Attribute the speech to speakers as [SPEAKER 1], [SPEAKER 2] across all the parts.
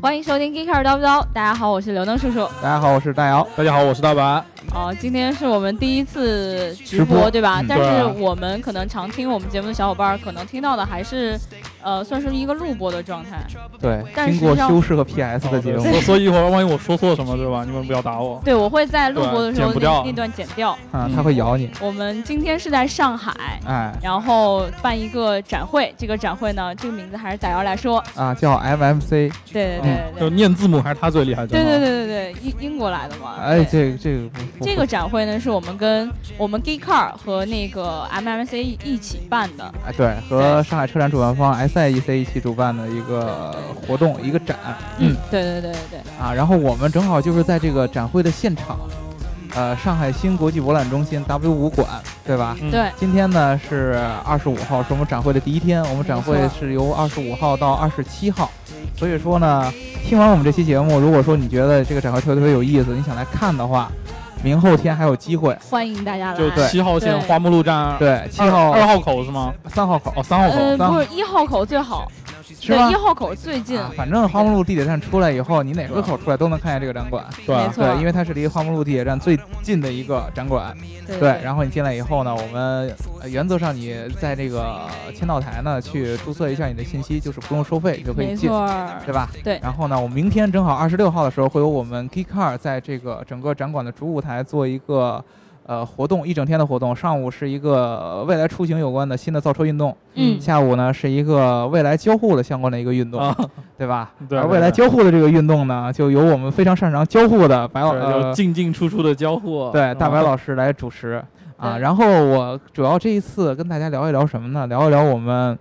[SPEAKER 1] 欢迎收听《Geeker 叨不叨》，大家好，我是刘能叔叔。
[SPEAKER 2] 大家好，我是大姚。
[SPEAKER 3] 大家好，我是大白。
[SPEAKER 1] 哦，今天是我们第一次直播，
[SPEAKER 2] 直播
[SPEAKER 1] 对吧？
[SPEAKER 2] 嗯
[SPEAKER 1] 但
[SPEAKER 3] 对
[SPEAKER 1] 是
[SPEAKER 3] 啊
[SPEAKER 1] 我们可能常听我们节目的小伙伴，可能听到的还是，呃，算是一个录播的状态。
[SPEAKER 2] 对，
[SPEAKER 1] 但是
[SPEAKER 2] 经过
[SPEAKER 1] 让
[SPEAKER 2] 修饰和 PS 的节目，
[SPEAKER 3] 所所以一会儿万一我说错什么，对吧？你们不要打我。
[SPEAKER 1] 对，我会在录播的时候
[SPEAKER 3] 对剪
[SPEAKER 1] 那
[SPEAKER 3] 不掉
[SPEAKER 1] 那段剪掉。
[SPEAKER 2] 啊，它会咬你。
[SPEAKER 1] 我们今天是在上海，
[SPEAKER 2] 哎，
[SPEAKER 1] 然后办一个展会。这个展会呢，这个名字还是打姚来说。
[SPEAKER 2] 啊，叫 MMC。
[SPEAKER 1] 对对
[SPEAKER 3] 嗯
[SPEAKER 1] 对
[SPEAKER 3] 就
[SPEAKER 1] 对
[SPEAKER 3] 念字母还是他最厉害，
[SPEAKER 1] 对
[SPEAKER 3] 真
[SPEAKER 1] 对
[SPEAKER 3] 的。
[SPEAKER 1] 对对对，英英国来的嘛。
[SPEAKER 2] 哎，
[SPEAKER 1] 对
[SPEAKER 2] 这个这个不
[SPEAKER 1] 这
[SPEAKER 2] 不
[SPEAKER 1] 个展会呢，是我们跟我们 Geek Car 和那个 MMC 一起办的。
[SPEAKER 2] 哎，对，和上海车展主办方 SIEC 一起主办的一个呃活动，一个展
[SPEAKER 1] 嗯，对对对对对，
[SPEAKER 2] 啊。然后我们正好就是在这个展会的现场，呃，上海新国际博览中心 W 五馆，对吧？
[SPEAKER 3] 嗯
[SPEAKER 1] 对
[SPEAKER 2] 今天呢是二十五号，是我们展会的第一天。我们展会
[SPEAKER 1] 没错
[SPEAKER 2] 是由二十五号到二十七号，所以说呢，听完我们这期节目，如果说你觉得这个展会特别特别有意思，你想来看的话，明后天还有机会。
[SPEAKER 1] 欢迎大家来。
[SPEAKER 3] 就
[SPEAKER 2] 对
[SPEAKER 3] 七号线
[SPEAKER 1] 对
[SPEAKER 3] 花木路站，
[SPEAKER 2] 对，七
[SPEAKER 3] 二
[SPEAKER 2] 号、
[SPEAKER 3] 二号口是吗？
[SPEAKER 2] 三号口
[SPEAKER 3] 哦，三号
[SPEAKER 1] 呃，
[SPEAKER 3] 口。
[SPEAKER 2] 当
[SPEAKER 1] 不是一号口最好，
[SPEAKER 2] 是
[SPEAKER 1] 对
[SPEAKER 2] 吧
[SPEAKER 1] 一？号口最近，
[SPEAKER 2] 啊反正花木路地铁站出来以后，你哪个口出来都能看见这个展馆。
[SPEAKER 1] 没
[SPEAKER 3] 对
[SPEAKER 1] 错，
[SPEAKER 2] 对，因为它是离花木路地铁站最近的一个展馆。
[SPEAKER 1] 对
[SPEAKER 2] 对，然后你进来以后呢，我们呃原则上你在这个签到台呢去注册一下你的信息，就是不用收费就可以
[SPEAKER 1] 没
[SPEAKER 2] 进
[SPEAKER 1] 错，，
[SPEAKER 2] 对吧？
[SPEAKER 1] 对
[SPEAKER 2] 然后呢，我们明天正好二十六号的时候，会有我们 Geek Car 在这个整个展馆的主舞台做一个呃活动，一整天的活动。上午是一个呃未来出行有关的新的造车运动，
[SPEAKER 1] 嗯
[SPEAKER 2] 下午呢是一个未来交互的相关的一个运动，
[SPEAKER 1] 哦
[SPEAKER 3] 啊，
[SPEAKER 2] 对吧？
[SPEAKER 3] 对
[SPEAKER 2] 而
[SPEAKER 3] 对
[SPEAKER 2] 未来
[SPEAKER 3] 对
[SPEAKER 2] 交互的这个运动呢，就由我们非常擅长交互的白老
[SPEAKER 3] 对，就
[SPEAKER 2] 呃
[SPEAKER 3] 进进出出的交互。嗯
[SPEAKER 2] 对，大白
[SPEAKER 3] 师。
[SPEAKER 2] 老师来主持啊。
[SPEAKER 1] 对
[SPEAKER 2] 然后我主要这一次跟大家聊一聊什么呢？聊一聊我们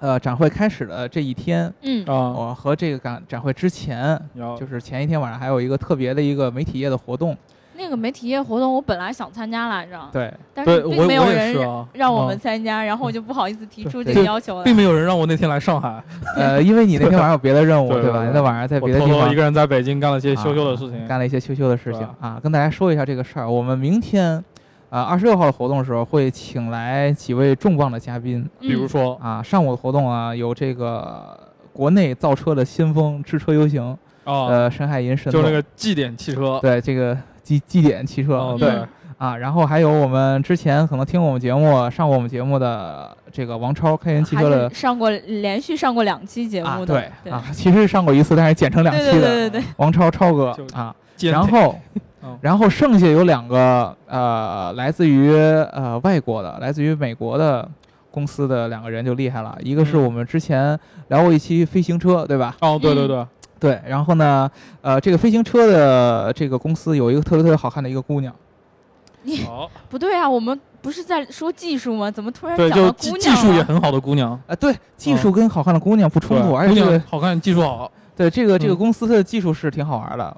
[SPEAKER 2] 呃展会开始的这一天，
[SPEAKER 1] 嗯，
[SPEAKER 3] 啊，
[SPEAKER 2] 我和这个展展会之前，
[SPEAKER 3] 然后
[SPEAKER 2] 就是前一天晚上还有一个特别的一个媒体业的活动。
[SPEAKER 1] 那个媒体业活动我本来想参加来着，
[SPEAKER 2] 对，
[SPEAKER 1] 但
[SPEAKER 3] 对
[SPEAKER 1] 是
[SPEAKER 3] 我
[SPEAKER 1] 并没有
[SPEAKER 3] 我也
[SPEAKER 1] 人
[SPEAKER 3] 是
[SPEAKER 1] 让
[SPEAKER 3] 啊，
[SPEAKER 1] 让我
[SPEAKER 3] 嗯
[SPEAKER 1] 们参加，然后我就不好意思提出这
[SPEAKER 2] 对
[SPEAKER 1] 个要求了嗯
[SPEAKER 3] 并。没有人让我那天来上海，
[SPEAKER 2] 呃，因为你那天晚上有别的任务，
[SPEAKER 3] 对对
[SPEAKER 2] 对吧？
[SPEAKER 3] 对
[SPEAKER 2] 你那晚上在
[SPEAKER 3] 我
[SPEAKER 2] 别的
[SPEAKER 3] 偷
[SPEAKER 2] 地
[SPEAKER 3] 偷一
[SPEAKER 2] 方啊
[SPEAKER 3] 个人在北京干了些羞羞的事情。
[SPEAKER 2] 干了一些羞羞的事
[SPEAKER 3] 对
[SPEAKER 2] 情
[SPEAKER 3] 吧
[SPEAKER 2] 啊。跟大家说一下这个事儿，我们明天。呃，二十六号的活动的时候会请来几位重磅的嘉宾
[SPEAKER 1] 嗯
[SPEAKER 3] 比如说，
[SPEAKER 2] 啊。上午的活动啊，有这个国内造车的先锋智车游行，
[SPEAKER 3] 啊，
[SPEAKER 2] 呃，沈海银神
[SPEAKER 3] 就那
[SPEAKER 2] 农
[SPEAKER 3] 个绩点汽车。
[SPEAKER 2] 对这个基基点汽车，
[SPEAKER 3] 哦
[SPEAKER 2] 对、
[SPEAKER 3] 对，
[SPEAKER 2] 啊，然后还有我们之前可能听过我们节目、上过我们节目的这个王超开云汽
[SPEAKER 1] 还
[SPEAKER 2] 车的
[SPEAKER 1] 是上过连续上过两期节
[SPEAKER 2] 啊
[SPEAKER 1] 目，的
[SPEAKER 2] 对，啊，其实上过一次，但是剪成两期的
[SPEAKER 1] 对对对对
[SPEAKER 2] 王超超哥
[SPEAKER 3] 就
[SPEAKER 2] 啊，
[SPEAKER 3] 兼
[SPEAKER 2] 然后
[SPEAKER 3] 嗯。
[SPEAKER 2] 然后剩下有两个呃，来自于呃外国的，来自于美国的公司的两个人就厉害了，一个是
[SPEAKER 3] 嗯
[SPEAKER 2] 我们之前聊过一期飞行车，对吧？
[SPEAKER 3] 哦，对对对，
[SPEAKER 1] 嗯
[SPEAKER 2] 对，然后呢，呃，这个飞行车的这个公司有一个特别特别好看的一个姑娘，
[SPEAKER 3] 好，
[SPEAKER 1] 不对啊，我们不是在说技术吗？怎么突然
[SPEAKER 3] 对，
[SPEAKER 1] 讲
[SPEAKER 3] 就
[SPEAKER 1] 到
[SPEAKER 3] 技
[SPEAKER 1] 姑
[SPEAKER 3] 技术
[SPEAKER 1] 娘
[SPEAKER 3] 也
[SPEAKER 1] 了？
[SPEAKER 3] 很好的姑娘，
[SPEAKER 2] 啊，对，技术跟好看的姑娘不冲突，
[SPEAKER 3] 嗯对
[SPEAKER 2] 而
[SPEAKER 3] 姑
[SPEAKER 2] 且这
[SPEAKER 3] 娘
[SPEAKER 2] 个
[SPEAKER 3] 好看，技术好，
[SPEAKER 2] 对这个这个
[SPEAKER 3] 嗯
[SPEAKER 2] 公司它的技术是挺好玩的，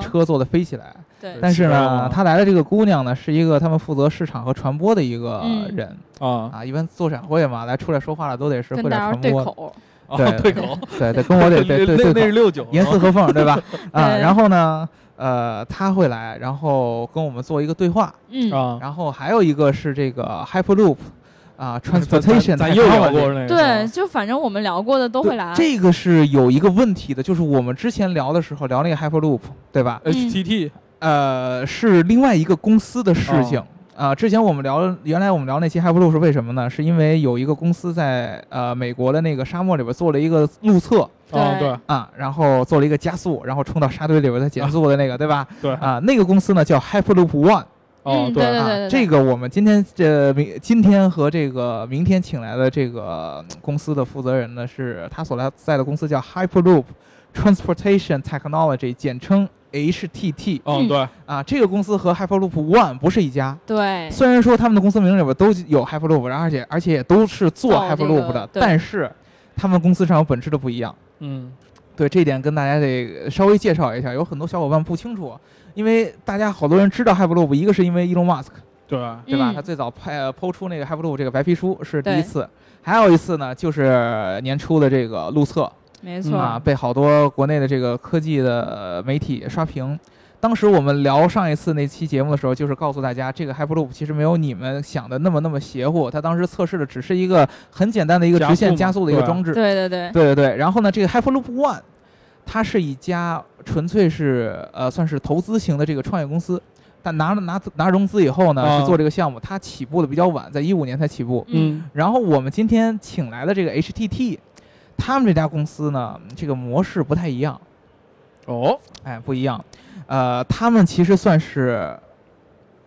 [SPEAKER 1] 嗯
[SPEAKER 2] 车做的飞起来。
[SPEAKER 1] 对，
[SPEAKER 2] 但是
[SPEAKER 3] 起来了
[SPEAKER 2] 呢
[SPEAKER 3] 吗，
[SPEAKER 2] 她来的这个姑娘呢，是一个他们负责市场和传播的一个
[SPEAKER 1] 嗯
[SPEAKER 2] 人
[SPEAKER 3] 啊，
[SPEAKER 2] 啊。一般做展会嘛，来出来说话了都得是会
[SPEAKER 1] 跟
[SPEAKER 2] 点
[SPEAKER 1] 大家
[SPEAKER 2] 传
[SPEAKER 1] 对
[SPEAKER 2] 播，
[SPEAKER 1] 口，
[SPEAKER 3] 哦
[SPEAKER 2] 对
[SPEAKER 3] 对口，
[SPEAKER 2] 对对， 跟我 得得对
[SPEAKER 3] 那
[SPEAKER 2] 对
[SPEAKER 3] 那
[SPEAKER 2] 口
[SPEAKER 3] 是六九，
[SPEAKER 2] 严丝合缝， 对吧？啊，
[SPEAKER 1] 对
[SPEAKER 2] 然后呢，呃，她会来，然后跟我们做一个对话。
[SPEAKER 1] 嗯，
[SPEAKER 3] 啊，
[SPEAKER 2] 然后还有一个是这个 Hyperloop 啊
[SPEAKER 3] 咱
[SPEAKER 2] ，Transportation，
[SPEAKER 3] 咱又聊过
[SPEAKER 2] Technology
[SPEAKER 3] 那个，啊
[SPEAKER 1] 对，，就反正我们聊过的都
[SPEAKER 2] 对
[SPEAKER 1] 会来。啊
[SPEAKER 2] 这个是有一个问题的，就是我们之前聊的时候聊那个 Hyperloop，对吧？
[SPEAKER 1] 嗯
[SPEAKER 3] HTT
[SPEAKER 2] 呃，是另外一个公司的事情。啊、之前我们聊，原来我们聊那期 Hyperloop 是为什么呢？是因为有一个公司在呃美国的那个沙漠里边做了一个路测
[SPEAKER 3] 啊，
[SPEAKER 1] 嗯对
[SPEAKER 3] 对
[SPEAKER 2] 啊，然后做了一个加速，然后冲到沙堆里边再减速的那个，对吧？
[SPEAKER 3] 对，
[SPEAKER 2] 啊，那个公司呢叫 Hyperloop One。
[SPEAKER 3] 哦
[SPEAKER 1] 嗯对
[SPEAKER 3] 对，
[SPEAKER 1] 对
[SPEAKER 2] 啊，这个我们今天这明今天和这个明天请来的这个嗯公司的负责人呢，是他所来在的公司叫 Hyperloop Transportation Technology，简称 HTT
[SPEAKER 3] 哦
[SPEAKER 1] 嗯
[SPEAKER 3] 对，
[SPEAKER 2] 啊。这个公司和 Hyperloop One 不是一家，
[SPEAKER 1] 对，
[SPEAKER 2] 虽然说他们的公司名里边都有 Hyperloop，而且而且也都是做
[SPEAKER 1] 造这个
[SPEAKER 2] Hyperloop 的，
[SPEAKER 1] 对
[SPEAKER 2] 但是他们公司上有本质的不一样。
[SPEAKER 3] 嗯，
[SPEAKER 2] 对这一点跟大家得稍微介绍一下，有很多小伙伴不清楚，因为大家好多人知道 Hyperloop，一个是因为 Elon Musk。
[SPEAKER 3] 对，啊
[SPEAKER 2] 对吧？
[SPEAKER 1] 嗯
[SPEAKER 2] 他最早拍呃抛出那个 Hyperloop 这个白皮书是第
[SPEAKER 1] 对
[SPEAKER 2] 一次，还有一次呢，就是年初的这个路测
[SPEAKER 1] 没
[SPEAKER 3] 嗯
[SPEAKER 1] 错
[SPEAKER 2] 啊，被好多国内的这个科技的呃媒体刷屏。当时我们聊上一次那期节目的时候，就是告诉大家，这个 Hyperloop 其实没有你们想的那么那么邪乎，它当时测试的只是一个很简单的一个直线加
[SPEAKER 3] 加速
[SPEAKER 2] 速
[SPEAKER 3] 嘛
[SPEAKER 2] 的一个
[SPEAKER 3] 对
[SPEAKER 2] 装置。
[SPEAKER 1] 对对对，
[SPEAKER 2] 对对对，然后呢，这个 Hyperloop One，它是一家纯粹是呃算是投资型的这个创业公司，但拿了拿拿融资以后呢，
[SPEAKER 3] 啊
[SPEAKER 2] 是做这个项目，它起步的比较晚，在一五年才起步。
[SPEAKER 3] 嗯
[SPEAKER 2] 然后我们今天请来的这个 HTT，他们这家公司呢，这个模式不太一样，
[SPEAKER 3] 哦，
[SPEAKER 2] 哎，不一样，呃，他们其实算是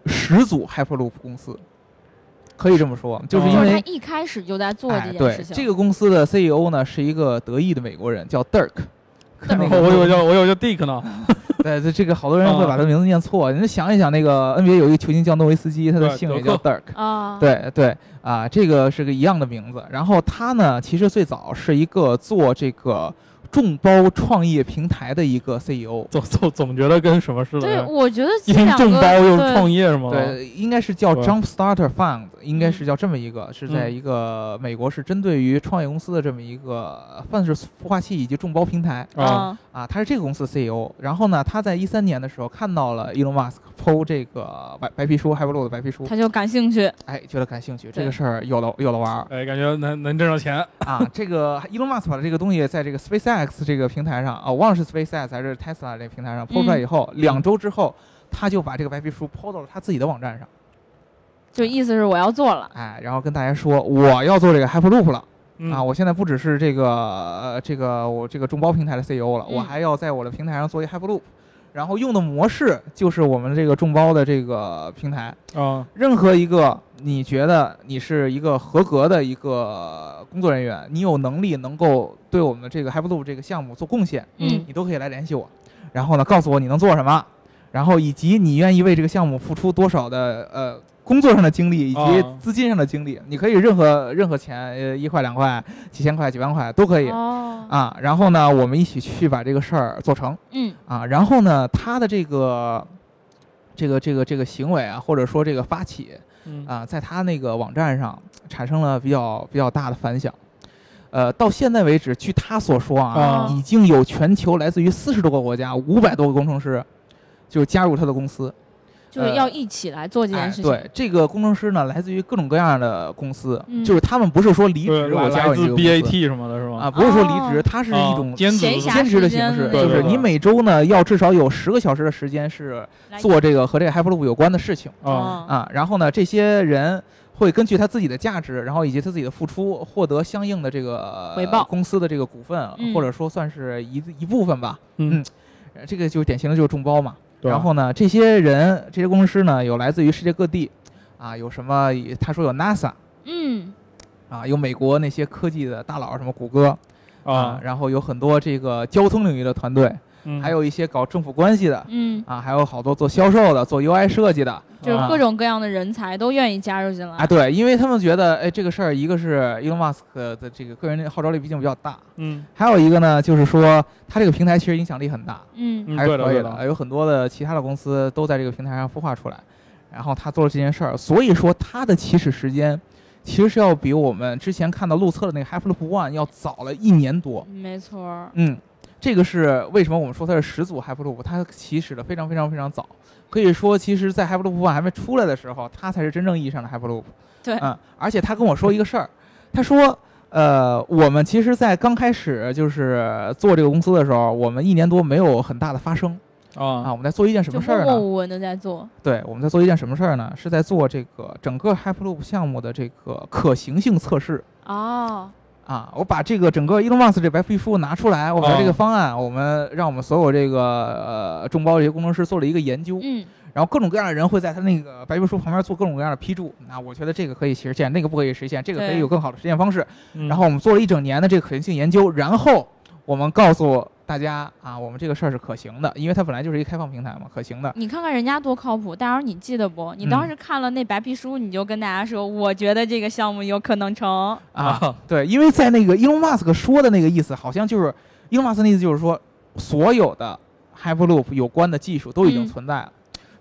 [SPEAKER 2] 始祖 Hyperloop 公司，可以这么说，就
[SPEAKER 1] 嗯
[SPEAKER 2] 是
[SPEAKER 1] 就
[SPEAKER 2] 因
[SPEAKER 1] 是
[SPEAKER 2] 为、
[SPEAKER 1] 哦他一开始就在做
[SPEAKER 2] 哎，
[SPEAKER 1] 这件
[SPEAKER 2] 对
[SPEAKER 1] 事，情。
[SPEAKER 2] 这个公司的 CEO 呢是一个德裔的美国人，叫 Dirk。跟 那
[SPEAKER 3] 然
[SPEAKER 2] 个
[SPEAKER 3] 后我有叫我有叫 Dick 呢，
[SPEAKER 2] 对，这这个好多
[SPEAKER 1] 嗯
[SPEAKER 2] 人会把他名字念错。你想一想，那个 NBA 有一个球星叫诺维斯基，他的
[SPEAKER 3] 对
[SPEAKER 2] 姓也
[SPEAKER 3] 德
[SPEAKER 2] 叫
[SPEAKER 3] 克
[SPEAKER 2] Dirk。
[SPEAKER 1] 啊，，
[SPEAKER 2] 对对啊、这个是个一样的名字。然后他呢，其实最早是一个做这个众包创业平台的一个 E CEO。
[SPEAKER 3] 总总总觉得跟什么似
[SPEAKER 1] 对，
[SPEAKER 3] 的，
[SPEAKER 1] 我觉得
[SPEAKER 3] 一
[SPEAKER 1] 这
[SPEAKER 3] 听
[SPEAKER 1] 两
[SPEAKER 3] 众
[SPEAKER 1] 个
[SPEAKER 3] 包又是
[SPEAKER 1] 对
[SPEAKER 3] 创业是吗？，
[SPEAKER 2] 对，应该是叫
[SPEAKER 3] 哦对
[SPEAKER 2] Jumpstarter Fund，应该是叫这么一个，是在
[SPEAKER 3] 嗯
[SPEAKER 2] 一个美国是针对于创业公司的这么一个算是孵化器以及众包平台
[SPEAKER 3] 啊，
[SPEAKER 1] 嗯
[SPEAKER 2] 啊，他是这个公司 CEO。然后呢，他在一三年的时候看到了 Elon Musk 剖这个白白皮书 h y p e r l o 的白皮书，
[SPEAKER 1] 他就感兴趣，
[SPEAKER 2] 哎，觉得感兴趣，这
[SPEAKER 1] 对
[SPEAKER 2] 个事儿有了有了玩儿
[SPEAKER 3] 哎，感觉能能挣着钱，
[SPEAKER 2] 啊。这个 Elon Musk 把这个东西在这个 SpaceX 这个平台上啊，我忘了是 SpaceX 还是 Tesla 这个平台上剖出来以后，两周之后，他就把这个白皮书抛到了他自己的网站上。
[SPEAKER 1] 就意思是我要做了。
[SPEAKER 2] 哎，然后跟大家说我要做这个 Hyperloop 了、
[SPEAKER 3] 嗯
[SPEAKER 2] 啊！我现在不只是这个呃这个我这个众包平台的 CEO 了，我
[SPEAKER 1] 嗯
[SPEAKER 2] 还要在我的平台上做一 Hyperloop，然后用的模式就是我们这个众包的这个平台，
[SPEAKER 3] 啊，
[SPEAKER 2] 任何一个你觉得你是一个合格的一个工作人员，你有能力能够对我们这个 Hyperloop 这个项目做贡献，
[SPEAKER 1] 嗯
[SPEAKER 2] 你都可以来联系我，然后呢告诉我你能做什么，然后以及你愿意为这个项目付出多少的呃工作上的精力以及
[SPEAKER 3] 啊
[SPEAKER 2] 资金上的精力，你可以任何任何钱，呃一块两块、几千块、几万块都可以
[SPEAKER 1] 哦，
[SPEAKER 2] 啊。然后呢，我们一起去把这个事儿做成。
[SPEAKER 1] 嗯
[SPEAKER 2] 啊，然后呢，他的这个这个这个这个行为啊，或者说这个发起
[SPEAKER 3] 嗯
[SPEAKER 2] 啊，在他那个网站上产生了比较比较大的反响。呃，到现在为止，据他所说啊，
[SPEAKER 3] 啊
[SPEAKER 2] 已经有全球来自于四十多个国家、五百多个工程师，就加入他的公司。
[SPEAKER 1] 就是要一起来做这件
[SPEAKER 2] 哎，
[SPEAKER 1] 事情。
[SPEAKER 2] 对，这个工程师呢，来自于各种各样的公司，
[SPEAKER 1] 嗯
[SPEAKER 2] 就是他们不是说离
[SPEAKER 3] 对
[SPEAKER 2] 职
[SPEAKER 3] 来
[SPEAKER 2] 我加入你
[SPEAKER 3] 来自
[SPEAKER 2] 这个公司
[SPEAKER 3] BAT 什么的是吗？
[SPEAKER 2] 啊，不是说离
[SPEAKER 1] 哦
[SPEAKER 2] 职，它是一
[SPEAKER 3] 啊
[SPEAKER 2] 种
[SPEAKER 3] 兼职
[SPEAKER 1] 闲暇
[SPEAKER 2] 兼职的
[SPEAKER 1] 时
[SPEAKER 2] 形
[SPEAKER 1] 间
[SPEAKER 2] 式，
[SPEAKER 1] 对
[SPEAKER 2] 就是
[SPEAKER 3] 对
[SPEAKER 2] 你
[SPEAKER 3] 对
[SPEAKER 2] 每周呢要至少有十个小时的时间是
[SPEAKER 1] 来
[SPEAKER 2] 做这个和这个 Hyperloop 有关的事情
[SPEAKER 3] 啊，
[SPEAKER 1] 嗯
[SPEAKER 2] 啊。然后呢，这些人会根据他自己的价值，然后以及他自己的付出，获得相应的这个呃
[SPEAKER 1] 回报
[SPEAKER 2] 公司的这个股份，
[SPEAKER 1] 嗯
[SPEAKER 2] 或者说算是一一部分吧。
[SPEAKER 3] 嗯
[SPEAKER 2] 嗯，呃这个就是典型的就是众包嘛。
[SPEAKER 3] 对啊
[SPEAKER 2] 然后呢，这些人这些工程师呢，有来自于世界各地，啊，有什么？他说有 NASA
[SPEAKER 1] 嗯，
[SPEAKER 2] 啊，有美国那些科技的大佬，什么谷歌。啊
[SPEAKER 3] 啊，，
[SPEAKER 2] 然后有很多这个交通领域的团队，
[SPEAKER 3] 嗯
[SPEAKER 2] 还有一些搞政府关系的
[SPEAKER 1] 嗯，
[SPEAKER 2] 啊，还有好多做销售的、做 UI 设计的
[SPEAKER 1] 就是
[SPEAKER 2] 啊
[SPEAKER 1] 各种各样的人才都愿意加入进来。
[SPEAKER 2] 啊，对，因为他们觉得，哎，这个事儿，一个是 Elon Musk 的这个个人的号召力毕竟比较大，
[SPEAKER 3] 嗯
[SPEAKER 2] 还有一个呢，就是说他这个平台其实影响力很大，
[SPEAKER 1] 嗯
[SPEAKER 3] 嗯，
[SPEAKER 2] 还是
[SPEAKER 3] 对的
[SPEAKER 2] 可以
[SPEAKER 3] 对
[SPEAKER 2] 的，
[SPEAKER 3] 的，
[SPEAKER 2] 有很多的其他的公司都在这个平台上孵化出来，然后他做了这件事儿，所以说他的起始时间。其实是要比我们之前看到路测的那个 Hyperloop One 要早了一年多，
[SPEAKER 1] 没错儿。
[SPEAKER 2] 嗯，这个是为什么我们说它是始祖 Hyperloop，它起始的非常非常非常早，可以说其实在 Hyperloop One 还没出来的时候，它才是真正意义上的 Hyperloop。
[SPEAKER 1] 对
[SPEAKER 2] 嗯，而且他跟我说一个事儿，他说。呃，我们其实，在刚开始就是做这个公司的时候，我们一年多没有很大的发声啊。
[SPEAKER 3] 啊
[SPEAKER 2] 我们在做一件什
[SPEAKER 1] 就
[SPEAKER 2] 么事儿
[SPEAKER 1] 默默
[SPEAKER 2] 呢？
[SPEAKER 1] 无闻的在做，
[SPEAKER 2] 对，我们在做一件什么事儿呢？是在做这个整个 Hyperloop 项目的这个可行性测试。
[SPEAKER 1] 哦，
[SPEAKER 2] 啊，我把这个整个 Elon Musk 这白皮书拿出来，我把这个
[SPEAKER 3] 哦
[SPEAKER 2] 方案，我们让我们所有这个呃众包这些工程师做了一个研究，
[SPEAKER 1] 嗯，
[SPEAKER 2] 然后各种各样的人会在他那个白皮书旁边做各种各样的批注。那我觉得这个可以实现，那个不可以实现，这个可以
[SPEAKER 1] 对
[SPEAKER 2] 有更好的实现方式。
[SPEAKER 3] 嗯
[SPEAKER 2] 然后我们做了一整年的这个可行性研究，然后我们告诉大家啊，我们这个事儿是可行的，因为它本来就是一个开放平台嘛，可行的。
[SPEAKER 1] 你看看人家多靠谱。大姚，你记得不？你
[SPEAKER 2] 嗯
[SPEAKER 1] 当时看了那白皮书，你就跟大家说，我觉得这个项目有可能成。
[SPEAKER 2] 啊，对，因为在那个 Elon Musk 说的那个意思，好像就是 Elon Musk 的意思就是说，所有的 Hyperloop 有关的技术都已经
[SPEAKER 1] 嗯
[SPEAKER 2] 存在了，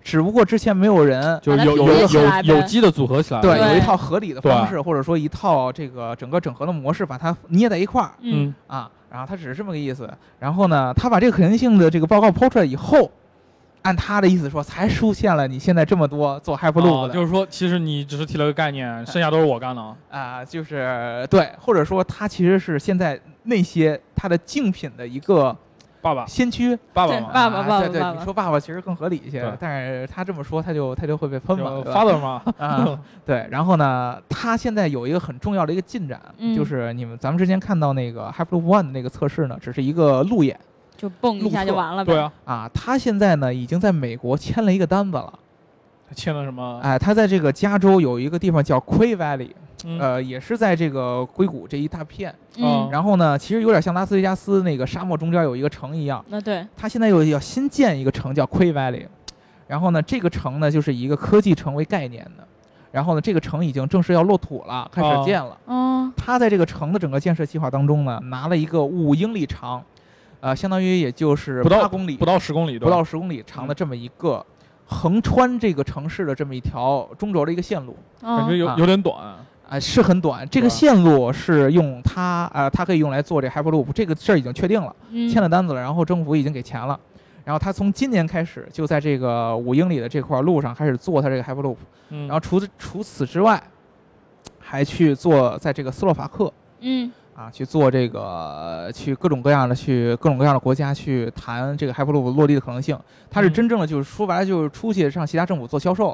[SPEAKER 2] 只不过之前没有人
[SPEAKER 3] 就是
[SPEAKER 1] 把它
[SPEAKER 3] 有
[SPEAKER 1] 组
[SPEAKER 3] 有
[SPEAKER 1] 合
[SPEAKER 3] 有
[SPEAKER 1] 起来
[SPEAKER 3] 有
[SPEAKER 1] 呗
[SPEAKER 3] 机的组合起来，
[SPEAKER 2] 对有
[SPEAKER 1] 对
[SPEAKER 2] 一套合理的方式，或者说一套这个整个整合的模式，把它捏在一块儿
[SPEAKER 1] 嗯
[SPEAKER 3] 嗯
[SPEAKER 2] 啊。然后他只是这么个意思。然后呢，他把这个可行性的这个报告抛出来以后，按他的意思说，才出现了你现在这么多做 Hyperloop
[SPEAKER 3] 啊，
[SPEAKER 2] 的。
[SPEAKER 3] 就是说，其实你只是提了个概念，剩下都是我干的啊。
[SPEAKER 2] 啊、就是对，或者说它其实是现在那些它的竞品的一个
[SPEAKER 3] 爸爸，
[SPEAKER 2] 先驱
[SPEAKER 3] 爸爸
[SPEAKER 1] 对
[SPEAKER 3] 嘛，
[SPEAKER 1] 爸爸
[SPEAKER 2] 啊
[SPEAKER 1] 爸
[SPEAKER 2] 对
[SPEAKER 1] 爸
[SPEAKER 2] 对
[SPEAKER 1] 爸
[SPEAKER 2] 你
[SPEAKER 1] 爸
[SPEAKER 2] 说爸爸其实更合理一些
[SPEAKER 3] 对，
[SPEAKER 2] 但是他这么说他就他就会被喷嘛，
[SPEAKER 3] 就
[SPEAKER 2] 对吧
[SPEAKER 3] father 嘛，
[SPEAKER 2] 啊， 对。然后呢，他现在有一个很重要的一个进展，
[SPEAKER 1] 嗯
[SPEAKER 2] 就是你们咱们之前看到那个 Hyperloop One 的那个测试呢，只是一个路演
[SPEAKER 1] 就蹦一下就完了呗。
[SPEAKER 3] 对啊，
[SPEAKER 2] 啊。他现在呢已经在美国签了一个单子了，
[SPEAKER 3] 他签了什么？
[SPEAKER 2] 哎，他在这个加州有一个地方叫 Quay Valley，
[SPEAKER 3] 嗯，
[SPEAKER 2] 呃，也是在这个硅谷这一大片。
[SPEAKER 1] 嗯，
[SPEAKER 2] 然后呢，其实有点像拉斯维加斯那个沙漠中间有一个城一样，
[SPEAKER 1] 那对，
[SPEAKER 2] 他现在又要新建一个城叫 Quay Valley，然后呢，这个城呢就是以一个科技城为概念的，然后呢，这个城已经正式要落土了，开
[SPEAKER 3] 哦
[SPEAKER 2] 始建了。
[SPEAKER 1] 嗯
[SPEAKER 2] 他在这个城的整个建设计划当中呢，拿了一个五英里长，呃，相当于也就是
[SPEAKER 3] 不到
[SPEAKER 2] 八公里，
[SPEAKER 3] 不到嗯十公里，对
[SPEAKER 2] 不
[SPEAKER 3] 吧
[SPEAKER 2] 到十公里长的这么一个横穿这个城市的这么一条中轴的一个线路。
[SPEAKER 3] 感觉
[SPEAKER 1] 嗯，
[SPEAKER 3] 有
[SPEAKER 2] 啊
[SPEAKER 3] 有点短，
[SPEAKER 2] 啊、是很短。这
[SPEAKER 3] 对
[SPEAKER 2] 个线路是用它，呃，它可以用来做这 Hyperloop，这个事儿已经确定了，
[SPEAKER 1] 嗯
[SPEAKER 2] 签了单子了，然后政府已经给钱了，然后他从今年开始就在这个五英里的这块路上开始做他这个 Hyperloop，
[SPEAKER 3] 嗯，
[SPEAKER 2] 然后除此除此之外，还去做在这个斯洛伐克
[SPEAKER 1] 嗯
[SPEAKER 2] 啊去做这个去各种各样的去各种各样的国家去谈这个 Hyperloop 落地的可能性，他是
[SPEAKER 3] 嗯
[SPEAKER 2] 真正的就是说白了就是出去上其他政府做销售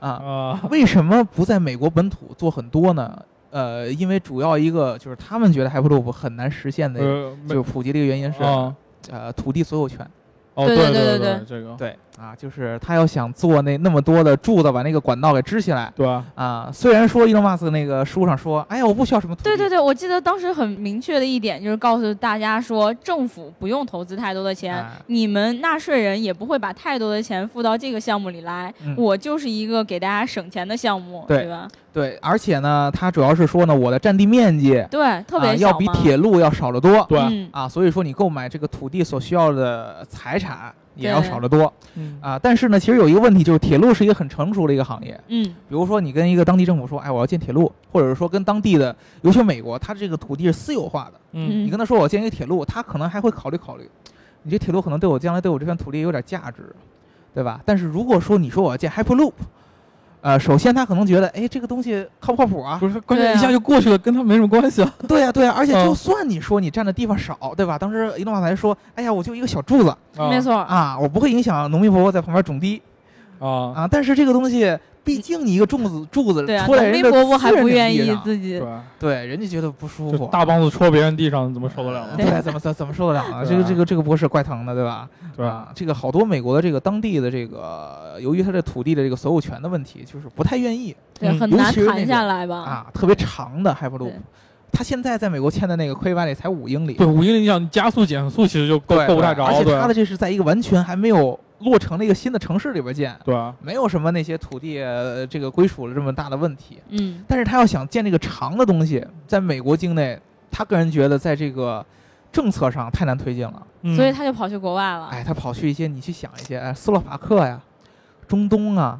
[SPEAKER 2] 了，啊，
[SPEAKER 3] 啊，
[SPEAKER 2] 为什么不在美国本土做很多呢？呃，因为主要一个就是他们觉得 Hyperloop 很难实现的，
[SPEAKER 3] 呃，
[SPEAKER 2] 就
[SPEAKER 3] 没
[SPEAKER 2] 是普及的一个原因是，
[SPEAKER 3] 啊，
[SPEAKER 2] 呃，土地所有权。
[SPEAKER 3] 哦，
[SPEAKER 1] 对对
[SPEAKER 3] 对
[SPEAKER 1] 对
[SPEAKER 3] 对
[SPEAKER 1] 对，
[SPEAKER 3] 这个
[SPEAKER 2] 对啊，就是他要想做那那么多的柱子，把那个管道给支起来
[SPEAKER 3] 对吧？
[SPEAKER 2] 啊。虽然说 Elon Musk 那个书上说，哎呀，我不需要什么土地，
[SPEAKER 1] 对对对，我记得当时很明确的一点就是告诉大家说，政府不用投资太多的钱，
[SPEAKER 2] 哎
[SPEAKER 1] 你们纳税人也不会把太多的钱付到这个项目里来。
[SPEAKER 2] 嗯
[SPEAKER 1] 我就是一个给大家省钱的项目，
[SPEAKER 2] 对
[SPEAKER 1] 吧？
[SPEAKER 2] 对而且呢，他主要是说呢，我的占地面积
[SPEAKER 1] 对，特
[SPEAKER 2] 啊
[SPEAKER 1] 别小
[SPEAKER 2] 要比
[SPEAKER 1] 嘛
[SPEAKER 2] 铁路要少得多
[SPEAKER 3] 对，
[SPEAKER 1] 嗯
[SPEAKER 2] 啊，所以说你购买这个土地所需要的财产也要
[SPEAKER 1] 对
[SPEAKER 2] 少得多。
[SPEAKER 3] 嗯
[SPEAKER 2] 啊，但是呢，其实有一个问题，就是铁路是一个很成熟的一个行业。
[SPEAKER 1] 嗯
[SPEAKER 2] 比如说，你跟一个当地政府说，哎，我要建铁路，或者是说跟当地的，尤其美国，它这个土地是私有化的，
[SPEAKER 3] 嗯
[SPEAKER 2] 你跟他说我建一个铁路，他可能还会考虑考虑，你这铁路可能对我将来对我这片土地有点价值，对吧？但是如果说你说我要建 Hyperloop，呃，首先他可能觉得，哎，这个东西靠不靠谱啊？
[SPEAKER 3] 不是，关
[SPEAKER 1] 对
[SPEAKER 3] 键一
[SPEAKER 1] 啊
[SPEAKER 3] 下就过去了，跟他没什么关系啊。
[SPEAKER 2] 对呀、对呀、而且
[SPEAKER 3] 嗯
[SPEAKER 2] 就算你说你占的地方少，对吧？当时一诺马才说，哎呀，我就一个小柱子
[SPEAKER 1] 没错儿，
[SPEAKER 2] 啊，我不会影响农民伯伯在旁边种地。
[SPEAKER 3] 啊，
[SPEAKER 2] 啊，但是这个东西，毕竟你一个柱子柱子
[SPEAKER 1] 对啊，
[SPEAKER 2] 戳在
[SPEAKER 1] 农民
[SPEAKER 2] 人家
[SPEAKER 1] 伯伯还
[SPEAKER 2] 私人
[SPEAKER 1] 不
[SPEAKER 2] 领
[SPEAKER 1] 愿
[SPEAKER 2] 地
[SPEAKER 1] 意
[SPEAKER 2] 上
[SPEAKER 1] 自己
[SPEAKER 3] 对，啊
[SPEAKER 2] 对，人家觉得不舒
[SPEAKER 3] 就
[SPEAKER 2] 服，
[SPEAKER 3] 大棒子戳别人地上，怎么受得了
[SPEAKER 2] 呃
[SPEAKER 3] 呢？
[SPEAKER 1] 对
[SPEAKER 2] 对，怎么怎怎么受得了呢？
[SPEAKER 3] 对
[SPEAKER 2] 这个
[SPEAKER 3] 啊
[SPEAKER 2] 这个这个博士怪疼的，对吧？
[SPEAKER 3] 对吧？
[SPEAKER 2] 啊，这个好多美国的这个当地的这个，由于他这土地的这个所有权的问题，就是不太愿意
[SPEAKER 1] 对，
[SPEAKER 3] 嗯
[SPEAKER 1] 很
[SPEAKER 2] 尤
[SPEAKER 1] 难
[SPEAKER 2] 其是那
[SPEAKER 1] 谈下
[SPEAKER 2] 种
[SPEAKER 1] 来吧？
[SPEAKER 2] 啊，特别长的
[SPEAKER 1] 对
[SPEAKER 2] Hyperloop，他现在在美国签的那个亏完里才五英里，
[SPEAKER 3] 对，五英里你想加速减速其实就够
[SPEAKER 2] 对，
[SPEAKER 3] 够不
[SPEAKER 2] 对
[SPEAKER 3] 太着，
[SPEAKER 2] 而且
[SPEAKER 3] 对啊
[SPEAKER 2] 他的这是在一个完全还没有落成的一个新的城市里边建，
[SPEAKER 3] 对啊，
[SPEAKER 2] 没有什么那些土地呃这个归属的这么大的问题。
[SPEAKER 1] 嗯，
[SPEAKER 2] 但是他要想建这个长的东西，在美国境内，他个人觉得在这个政策上太难推进了。
[SPEAKER 3] 嗯
[SPEAKER 1] 所以他就跑去国外了。
[SPEAKER 2] 哎，他跑去一些你去想一些，哎，斯洛伐克呀，中东啊，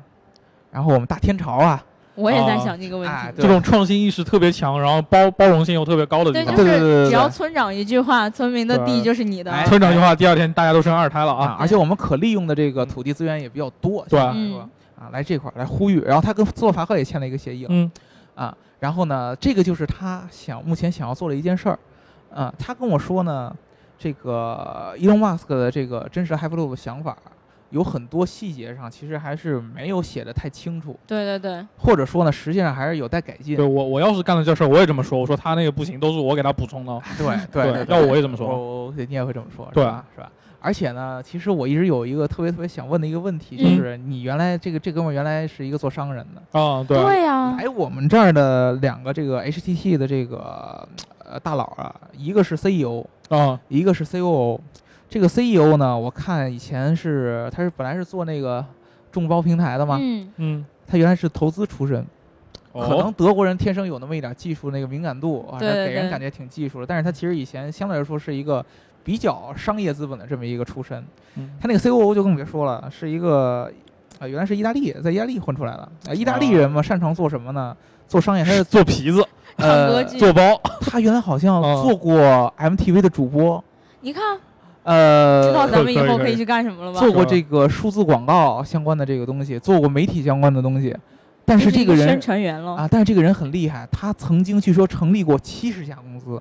[SPEAKER 2] 然后我们大天朝啊，
[SPEAKER 1] 我也在
[SPEAKER 3] 啊
[SPEAKER 1] 想这个问
[SPEAKER 2] 哎
[SPEAKER 1] 题。
[SPEAKER 2] 对
[SPEAKER 3] 这种创新意识特别强，然后包包容性又特别高的地
[SPEAKER 1] 对，
[SPEAKER 3] 方
[SPEAKER 1] 就。
[SPEAKER 2] 对对对对
[SPEAKER 1] 是
[SPEAKER 2] 对
[SPEAKER 1] 只要村长一句话，村民的地
[SPEAKER 3] 对
[SPEAKER 1] 就是你的。
[SPEAKER 2] 哎
[SPEAKER 3] 村长一句话，第二天大家都生二胎了啊！
[SPEAKER 2] 而且我们可利用的这个土地资源也比较多，
[SPEAKER 3] 对
[SPEAKER 2] 相对来说
[SPEAKER 1] 嗯
[SPEAKER 2] 啊，来这块儿来呼吁，然后他跟斯洛伐克也签了一个协议了，
[SPEAKER 3] 嗯，
[SPEAKER 2] 啊，然后呢，这个就是他想目前想要做的一件事儿，啊，他跟我说呢，这个 Elon Musk 的这个真实 Hyperloop 的想法，有很多细节上其实还是没有写的太清楚，
[SPEAKER 1] 对对对，
[SPEAKER 2] 或者说呢，实际上还是有待改进
[SPEAKER 3] 对。我我要是干了这事儿，我也这么说。我说他那个不行，都是我给他补充的。
[SPEAKER 2] 对对
[SPEAKER 3] 要我也这么说。
[SPEAKER 2] 我我你也会这么说，是
[SPEAKER 3] 对啊
[SPEAKER 2] 吧？是吧？而且呢，其实我一直有一个特别特别想问的一个问题，就
[SPEAKER 1] 嗯
[SPEAKER 2] 是你原来这个这哥们儿原来是一个做商人的，
[SPEAKER 3] 啊，对，
[SPEAKER 1] 呀，
[SPEAKER 2] 来我们这儿的两个这个 HTT 的这个呃大佬啊，一个是 CEO，
[SPEAKER 3] 啊，
[SPEAKER 2] 一个是 COO。这个 CEO 呢，我看以前是他是本来是做那个众包平台的嘛，
[SPEAKER 1] 嗯，
[SPEAKER 3] 嗯，
[SPEAKER 2] 他原来是投资出身，
[SPEAKER 3] 哦
[SPEAKER 2] 可能德国人天生有那么一点技术那个敏感度啊，
[SPEAKER 1] 对对
[SPEAKER 2] 给人
[SPEAKER 1] 对
[SPEAKER 2] 感觉挺技术的。但是他其实以前相对来说是一个比较商业资本的这么一个出身。
[SPEAKER 3] 嗯
[SPEAKER 2] 他那个 COO 就更别说了，是一个啊、呃原来是意大利，在意大利混出来的。呃、意大利人嘛，
[SPEAKER 3] 哦
[SPEAKER 2] 擅长做什么呢？做商业，他 是
[SPEAKER 3] 做皮子，
[SPEAKER 1] 唱歌
[SPEAKER 2] 呃，
[SPEAKER 1] 剧，
[SPEAKER 3] 做包，
[SPEAKER 2] 他原来好像
[SPEAKER 3] 哦
[SPEAKER 2] 做过 MTV 的主播，
[SPEAKER 1] 你看，
[SPEAKER 2] 呃，
[SPEAKER 1] 知道咱们以
[SPEAKER 3] 可以
[SPEAKER 1] 后
[SPEAKER 3] 可
[SPEAKER 1] 可以
[SPEAKER 3] 以
[SPEAKER 1] 去干什么了吧？
[SPEAKER 2] 做过这个数字广告相关的这个东西，做过媒体相关的东西，但
[SPEAKER 1] 就是
[SPEAKER 2] 这
[SPEAKER 1] 一个
[SPEAKER 2] 个人
[SPEAKER 1] 宣传员了。
[SPEAKER 2] 啊，但是这个人很厉害，他曾经据说成立过七十家公司，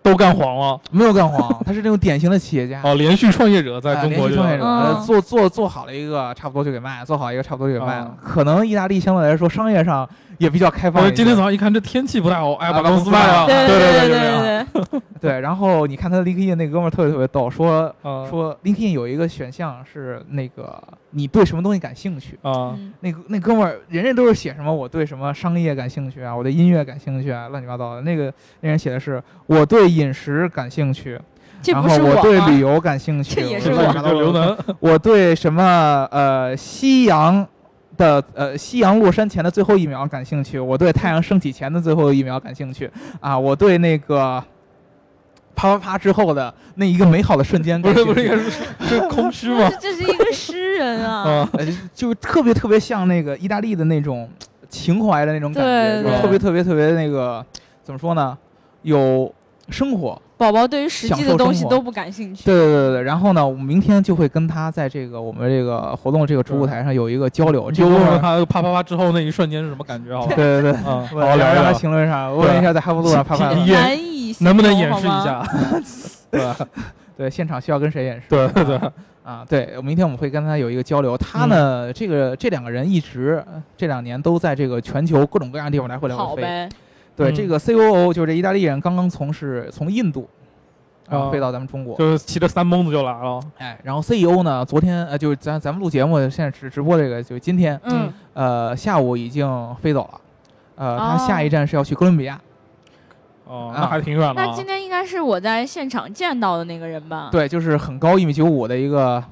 [SPEAKER 3] 都干黄了。
[SPEAKER 2] 没有干黄，他是那种典型的企业家，
[SPEAKER 3] 哦，连续创业者在
[SPEAKER 2] 哎
[SPEAKER 3] 中
[SPEAKER 2] 连
[SPEAKER 3] 国
[SPEAKER 2] 续
[SPEAKER 3] 就
[SPEAKER 2] 创业者，呃
[SPEAKER 1] 嗯
[SPEAKER 2] 做做做好了一个，差不多就给卖了；做好一个，差不多就给卖了
[SPEAKER 3] 哦。
[SPEAKER 2] 可能意大利相对来说商业上也比较开放一
[SPEAKER 3] 我
[SPEAKER 2] 些。
[SPEAKER 3] 今天早上一看这天气不太好，哎，
[SPEAKER 2] 啊
[SPEAKER 3] 把
[SPEAKER 2] 把
[SPEAKER 3] 公
[SPEAKER 2] 公
[SPEAKER 3] 司
[SPEAKER 2] 司卖
[SPEAKER 3] 卖了。
[SPEAKER 2] 了
[SPEAKER 1] 对
[SPEAKER 2] 对对
[SPEAKER 1] 对
[SPEAKER 2] 对
[SPEAKER 1] 对对对，
[SPEAKER 2] 对，然后你看他的 LinkedIn 那哥们儿特别特别逗，说
[SPEAKER 3] 啊
[SPEAKER 2] 说 LinkedIn 有一个选项是那个你对什么东西感兴趣。
[SPEAKER 3] 啊
[SPEAKER 1] 嗯
[SPEAKER 2] 那个那哥们儿，人家都是写什么我对什么商业感兴趣啊，我对音乐感兴趣啊，乱七八糟的。那个那人写的是我对饮食感兴趣，
[SPEAKER 1] 这
[SPEAKER 2] 然
[SPEAKER 1] 不
[SPEAKER 2] 后
[SPEAKER 1] 是
[SPEAKER 2] 我对旅
[SPEAKER 1] 吗？
[SPEAKER 2] 游感兴趣，
[SPEAKER 1] 这也
[SPEAKER 2] 我
[SPEAKER 1] 是
[SPEAKER 2] 对
[SPEAKER 1] 我
[SPEAKER 2] 乱
[SPEAKER 3] 我
[SPEAKER 2] 七八
[SPEAKER 3] 这
[SPEAKER 2] 糟的
[SPEAKER 3] 就刘能
[SPEAKER 2] 我对什么呃夕阳的呃夕阳落山前的最后一秒感兴趣，我对太阳升起前的最后一秒感兴趣啊，我对那个啪啪啪之后的那一个美好的瞬间
[SPEAKER 3] 不
[SPEAKER 2] 感
[SPEAKER 3] 是
[SPEAKER 2] 兴趣，
[SPEAKER 3] 不是应该是是空虚吗？
[SPEAKER 1] 这是一个诗人 啊，
[SPEAKER 3] 啊，
[SPEAKER 2] 呃，就特别特别像那个意大利的那种情怀的那种感
[SPEAKER 1] 对
[SPEAKER 2] 觉，就是
[SPEAKER 3] 对
[SPEAKER 2] 特别特别特别那个怎么说呢，有生活，
[SPEAKER 1] 宝宝对于实际
[SPEAKER 2] 享受
[SPEAKER 1] 的东
[SPEAKER 2] 生
[SPEAKER 1] 西
[SPEAKER 2] 活
[SPEAKER 1] 都不感兴趣。
[SPEAKER 2] 对对对对，然后呢，我们明天就会跟他在这个我们这个活动这个主舞台上有一个交流，
[SPEAKER 3] 你
[SPEAKER 2] 这
[SPEAKER 3] 就
[SPEAKER 2] 个
[SPEAKER 3] 问
[SPEAKER 2] 问
[SPEAKER 3] 问
[SPEAKER 2] 他，
[SPEAKER 3] 他啪啪啪之后那一瞬间是什么感觉？好吧
[SPEAKER 2] 嗯对，
[SPEAKER 1] 嗯
[SPEAKER 2] 对对，
[SPEAKER 3] 啊，好
[SPEAKER 2] 我
[SPEAKER 3] 好聊一
[SPEAKER 2] 让他
[SPEAKER 3] 聊，
[SPEAKER 2] 评论一下，问一下在哈佛路 上啪啪
[SPEAKER 3] 对
[SPEAKER 2] 的
[SPEAKER 3] 演
[SPEAKER 1] 难以形容
[SPEAKER 3] 能不能演示？一
[SPEAKER 1] 好吗
[SPEAKER 3] 下？
[SPEAKER 2] 对对，现场需要跟谁演示？
[SPEAKER 3] 对对
[SPEAKER 2] 啊啊，对，明天我们会跟他有一个交流。他呢，这个这两个人一直呃这两年都在这个全球各种各样的地方来回来
[SPEAKER 1] 好
[SPEAKER 2] 回飞。
[SPEAKER 1] 呗，
[SPEAKER 2] 对，
[SPEAKER 3] 嗯
[SPEAKER 2] 这个 COO 就是这意大利人，刚刚从事从印度，然后
[SPEAKER 3] 啊
[SPEAKER 2] 飞到咱们中国。
[SPEAKER 3] 就是骑着三蹦子就来了。
[SPEAKER 2] 哎，然后 CEO 呢，昨天呃，就是咱咱们录节目，现在直直播这个，就是今天
[SPEAKER 1] 嗯，
[SPEAKER 2] 呃下午已经飞走了。呃，他
[SPEAKER 1] 哦
[SPEAKER 2] 下一站是要去哥伦比亚。
[SPEAKER 3] 哦，
[SPEAKER 2] 啊
[SPEAKER 3] 那还挺远的
[SPEAKER 1] 那
[SPEAKER 3] 啊
[SPEAKER 1] 今。天应该是我在现场见到的那个人吧？，
[SPEAKER 2] 对，就是很高一米九五的一个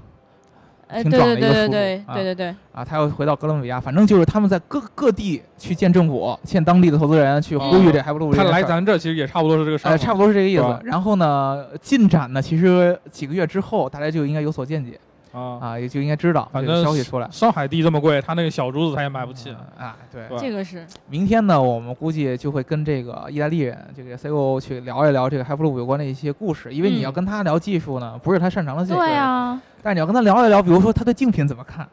[SPEAKER 1] 哎，
[SPEAKER 2] 挺
[SPEAKER 1] 对
[SPEAKER 2] 壮
[SPEAKER 1] 对
[SPEAKER 2] 的一
[SPEAKER 1] 对对
[SPEAKER 2] 个叔叔
[SPEAKER 1] 对
[SPEAKER 2] 啊
[SPEAKER 1] 对对对，
[SPEAKER 2] 啊，他又回到哥伦比亚，反正就是他们在各各地去见政府、见当地的投资人，去呼
[SPEAKER 1] 哦
[SPEAKER 2] 吁这还不录这
[SPEAKER 3] 他
[SPEAKER 2] 个事儿
[SPEAKER 3] 来咱这其实也差不多是这个事儿
[SPEAKER 2] 呃，
[SPEAKER 3] 嘛，
[SPEAKER 2] 差不多是这个意
[SPEAKER 3] 是
[SPEAKER 2] 思
[SPEAKER 3] 吧。
[SPEAKER 2] 然后呢，进展呢，其实几个月之后，大家就应该有所见解
[SPEAKER 3] 啊。
[SPEAKER 2] 啊，也就应该知道
[SPEAKER 3] 反
[SPEAKER 2] 这个
[SPEAKER 3] 正
[SPEAKER 2] 消息出来。
[SPEAKER 3] 上海地这么贵，他那个小珠子他也买不起。
[SPEAKER 2] 啊，对
[SPEAKER 3] 对。吧
[SPEAKER 1] 这个是
[SPEAKER 2] 明天呢，我们估计就会跟这个意大利人，这个 COO 去聊一聊这个 Hyperloop 有关的一些故事，因为你
[SPEAKER 1] 嗯
[SPEAKER 2] 要跟他聊技术呢，不是他擅长的技术。
[SPEAKER 1] 对。啊，
[SPEAKER 2] 但是你要跟他聊一聊，比如说他对竞品怎么看，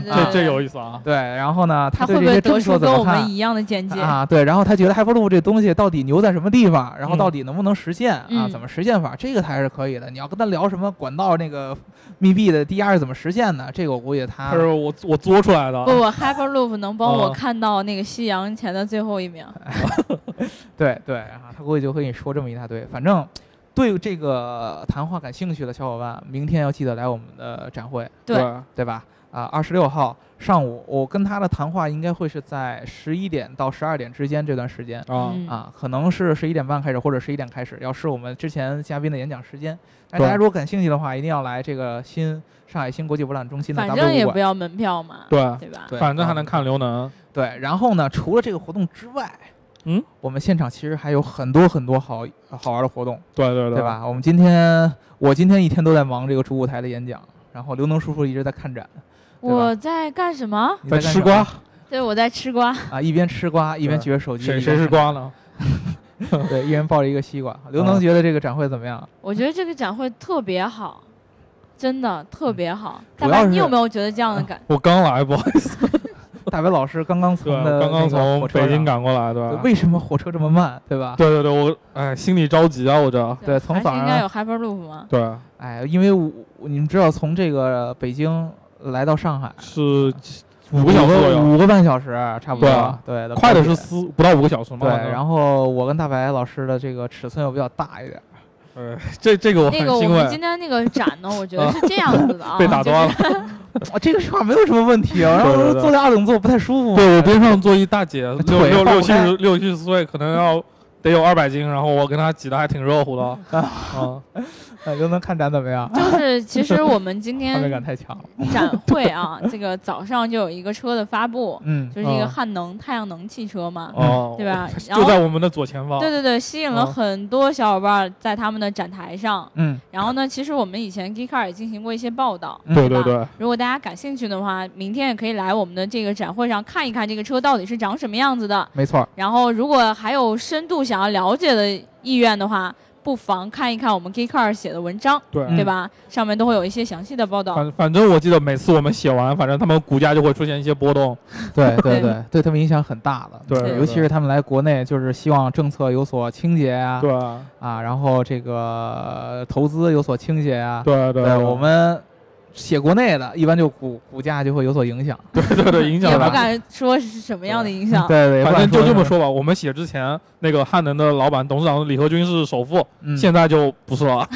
[SPEAKER 1] 对对
[SPEAKER 3] 这
[SPEAKER 1] 对
[SPEAKER 3] 这有意思啊。
[SPEAKER 2] 对，然后呢，
[SPEAKER 1] 他
[SPEAKER 2] 对
[SPEAKER 1] 会不
[SPEAKER 2] 这
[SPEAKER 1] 会
[SPEAKER 2] 些政
[SPEAKER 1] 得
[SPEAKER 2] 策
[SPEAKER 1] 出
[SPEAKER 2] 怎
[SPEAKER 1] 跟
[SPEAKER 2] 么
[SPEAKER 1] 我
[SPEAKER 2] 看
[SPEAKER 1] 们一样的见解？
[SPEAKER 2] 啊，对，然后他觉得 Hyperloop 这东西到底牛在什么地方，然后到底能不能实现、啊？
[SPEAKER 1] 嗯
[SPEAKER 2] 怎么实现法？这个他还是可以的。你要跟他聊什么管道那个密闭的 DR 是怎么实现的？这个我估计他
[SPEAKER 3] 他是我我作出来的。
[SPEAKER 2] 哦
[SPEAKER 1] 不不，Hyperloop 能帮我
[SPEAKER 3] 啊
[SPEAKER 1] 看到那个夕阳前的最后一秒。
[SPEAKER 2] 啊对对啊，他估计就会跟你说这么一大堆。反正对这个谈话感兴趣的小伙伴，明天要记得来我们的展会，
[SPEAKER 1] 对
[SPEAKER 2] 对吧？啊，二十六号上午，我跟他的谈话应该会是在十一点到十二点之间这段时间。
[SPEAKER 3] 啊，
[SPEAKER 1] 嗯
[SPEAKER 2] 啊，可能是十一点半开始，或者十一点开始，要是我们之前嘉宾的演讲时间。但是大家
[SPEAKER 3] 对
[SPEAKER 2] 如果感兴趣的话，一定要来这个新上海新国际博览中心的
[SPEAKER 1] 反
[SPEAKER 2] W
[SPEAKER 1] 正也
[SPEAKER 2] 五
[SPEAKER 1] 不
[SPEAKER 2] 馆。
[SPEAKER 1] 要门票嘛，
[SPEAKER 3] 对，
[SPEAKER 1] 对吧？
[SPEAKER 2] 对，
[SPEAKER 3] 反正还
[SPEAKER 2] 啊
[SPEAKER 3] 能看刘能。
[SPEAKER 2] 对。然后呢，除了这个活动之外，
[SPEAKER 3] 嗯，
[SPEAKER 2] 我们现场其实还有很多很多好好玩的活动，
[SPEAKER 3] 对对
[SPEAKER 2] 对？吧？我们今天我今天一天都在忙这个主舞台的演讲，然后刘能叔叔一直在看展，对吧
[SPEAKER 1] 我在干什么？
[SPEAKER 2] 你
[SPEAKER 3] 在
[SPEAKER 2] 干
[SPEAKER 3] 吃
[SPEAKER 2] 什么
[SPEAKER 3] 瓜，
[SPEAKER 1] 对，我在吃瓜。
[SPEAKER 2] 啊，一边吃瓜一边
[SPEAKER 3] 对
[SPEAKER 2] 举着手机，
[SPEAKER 3] 谁
[SPEAKER 2] 一
[SPEAKER 3] 谁
[SPEAKER 2] 边
[SPEAKER 3] 是
[SPEAKER 2] 看
[SPEAKER 3] 瓜呢？
[SPEAKER 2] 展？对，一人抱着一个西瓜。刘能
[SPEAKER 3] 啊
[SPEAKER 2] 觉得这个展会怎么样？
[SPEAKER 1] 我觉得这个展会特别好，真的特别好。
[SPEAKER 2] 嗯主要
[SPEAKER 1] 大白，你
[SPEAKER 2] 是嗯
[SPEAKER 1] 有没有觉得这样的感？
[SPEAKER 3] 我刚 来，不好意思，
[SPEAKER 2] 大白老师刚刚
[SPEAKER 3] 对，
[SPEAKER 2] 从
[SPEAKER 3] 我
[SPEAKER 2] 的
[SPEAKER 3] 刚
[SPEAKER 2] 那个
[SPEAKER 3] 刚从
[SPEAKER 2] 火车
[SPEAKER 3] 北京
[SPEAKER 2] 上
[SPEAKER 3] 赶过来，对
[SPEAKER 2] 对
[SPEAKER 3] 吧？
[SPEAKER 2] 为什么火车这么 慢，对吧？
[SPEAKER 3] 啊对对对，我哎，心里着急啊，我这。
[SPEAKER 2] 对从
[SPEAKER 1] 还是
[SPEAKER 2] 早
[SPEAKER 1] 应
[SPEAKER 2] 上
[SPEAKER 1] 该有 Hyperloop 吗？
[SPEAKER 3] 对，
[SPEAKER 2] 哎，因为我你们知道，从这个北京来到上海
[SPEAKER 3] 是
[SPEAKER 2] 五
[SPEAKER 3] 五个小时左右，
[SPEAKER 2] 五个半小时差不
[SPEAKER 3] 对
[SPEAKER 2] 多
[SPEAKER 3] 啊。
[SPEAKER 2] 对的，
[SPEAKER 3] 快的是
[SPEAKER 2] 高铁
[SPEAKER 3] 四不到五个小时嘛。
[SPEAKER 2] 对，
[SPEAKER 3] 好像
[SPEAKER 2] 然后我跟大白老师的这个尺寸又比较大一点，
[SPEAKER 3] 呃，这这个我很
[SPEAKER 1] 那个我
[SPEAKER 3] 欣
[SPEAKER 1] 们今
[SPEAKER 3] 慰，
[SPEAKER 1] 天那个展呢，我觉得是这样子的 啊，
[SPEAKER 3] 被打
[SPEAKER 1] 就是
[SPEAKER 3] 断了。
[SPEAKER 2] 啊，这个说话没有什么问题啊。然
[SPEAKER 3] 对
[SPEAKER 2] 后
[SPEAKER 3] 对对
[SPEAKER 2] 坐在二等座不太舒服嘛，
[SPEAKER 3] 对我边上坐一大姐，六
[SPEAKER 2] 腿
[SPEAKER 3] 六
[SPEAKER 2] 放
[SPEAKER 3] 六
[SPEAKER 2] 不
[SPEAKER 3] 七
[SPEAKER 2] 开
[SPEAKER 3] 十六七十岁，可能要得有二百斤，然后我跟她挤得还挺热乎的。啊，
[SPEAKER 2] 哎刘能看展怎么样？
[SPEAKER 1] 就是其实我们今
[SPEAKER 2] 画
[SPEAKER 1] 天
[SPEAKER 2] 面感太强了。
[SPEAKER 1] 展会 啊，这个早上就有一个车的发布，
[SPEAKER 2] 嗯，
[SPEAKER 1] 就是一个
[SPEAKER 3] 嗯
[SPEAKER 1] 汉能、太阳能汽车嘛，
[SPEAKER 3] 哦，
[SPEAKER 1] 对吧？然
[SPEAKER 3] 就
[SPEAKER 1] 后
[SPEAKER 3] 在我们的左前方。
[SPEAKER 1] 对对对，吸引了
[SPEAKER 3] 嗯
[SPEAKER 1] 很多小伙伴在他们的展台上。
[SPEAKER 2] 嗯，
[SPEAKER 1] 然后呢，其实我们以前 Geekcar 也进行过一些报道。
[SPEAKER 2] 嗯
[SPEAKER 3] 对
[SPEAKER 1] 对
[SPEAKER 3] 对
[SPEAKER 1] 吧
[SPEAKER 3] 对，
[SPEAKER 1] 如果大家感兴趣的话，明天也可以来我们的这个展会上看一看这个车到底是长什么样子的。
[SPEAKER 2] 没错儿。
[SPEAKER 1] 然后，如果还有深度想要了解的意愿的话，不妨看一看我们 Geekcar 写的文章，
[SPEAKER 3] 对
[SPEAKER 2] 嗯
[SPEAKER 1] 对吧？上面都会有一些详细的报道。
[SPEAKER 3] 反反正我记得每次我们写完，反正他们股价就会出现一些波动。
[SPEAKER 2] 对对
[SPEAKER 1] 对
[SPEAKER 2] 对，对他们影响很大的。
[SPEAKER 3] 对
[SPEAKER 1] 对
[SPEAKER 2] 尤其是他们来国内，就是希望政策有所倾斜啊，
[SPEAKER 3] 对
[SPEAKER 2] 啊，然后这个投资有所倾斜啊。
[SPEAKER 3] 对对，
[SPEAKER 2] 我们写国内的，一般就股股价就会有所影响。
[SPEAKER 3] 对啊对对影响
[SPEAKER 1] 也
[SPEAKER 3] 了
[SPEAKER 1] 不。敢说是什么样的影响。
[SPEAKER 2] 对对，
[SPEAKER 3] 反正就这么
[SPEAKER 2] 说，
[SPEAKER 3] 说吧，我们写之前，那个汉能的老板、董事长李和军是首富，
[SPEAKER 2] 嗯，
[SPEAKER 3] 现在就不是了。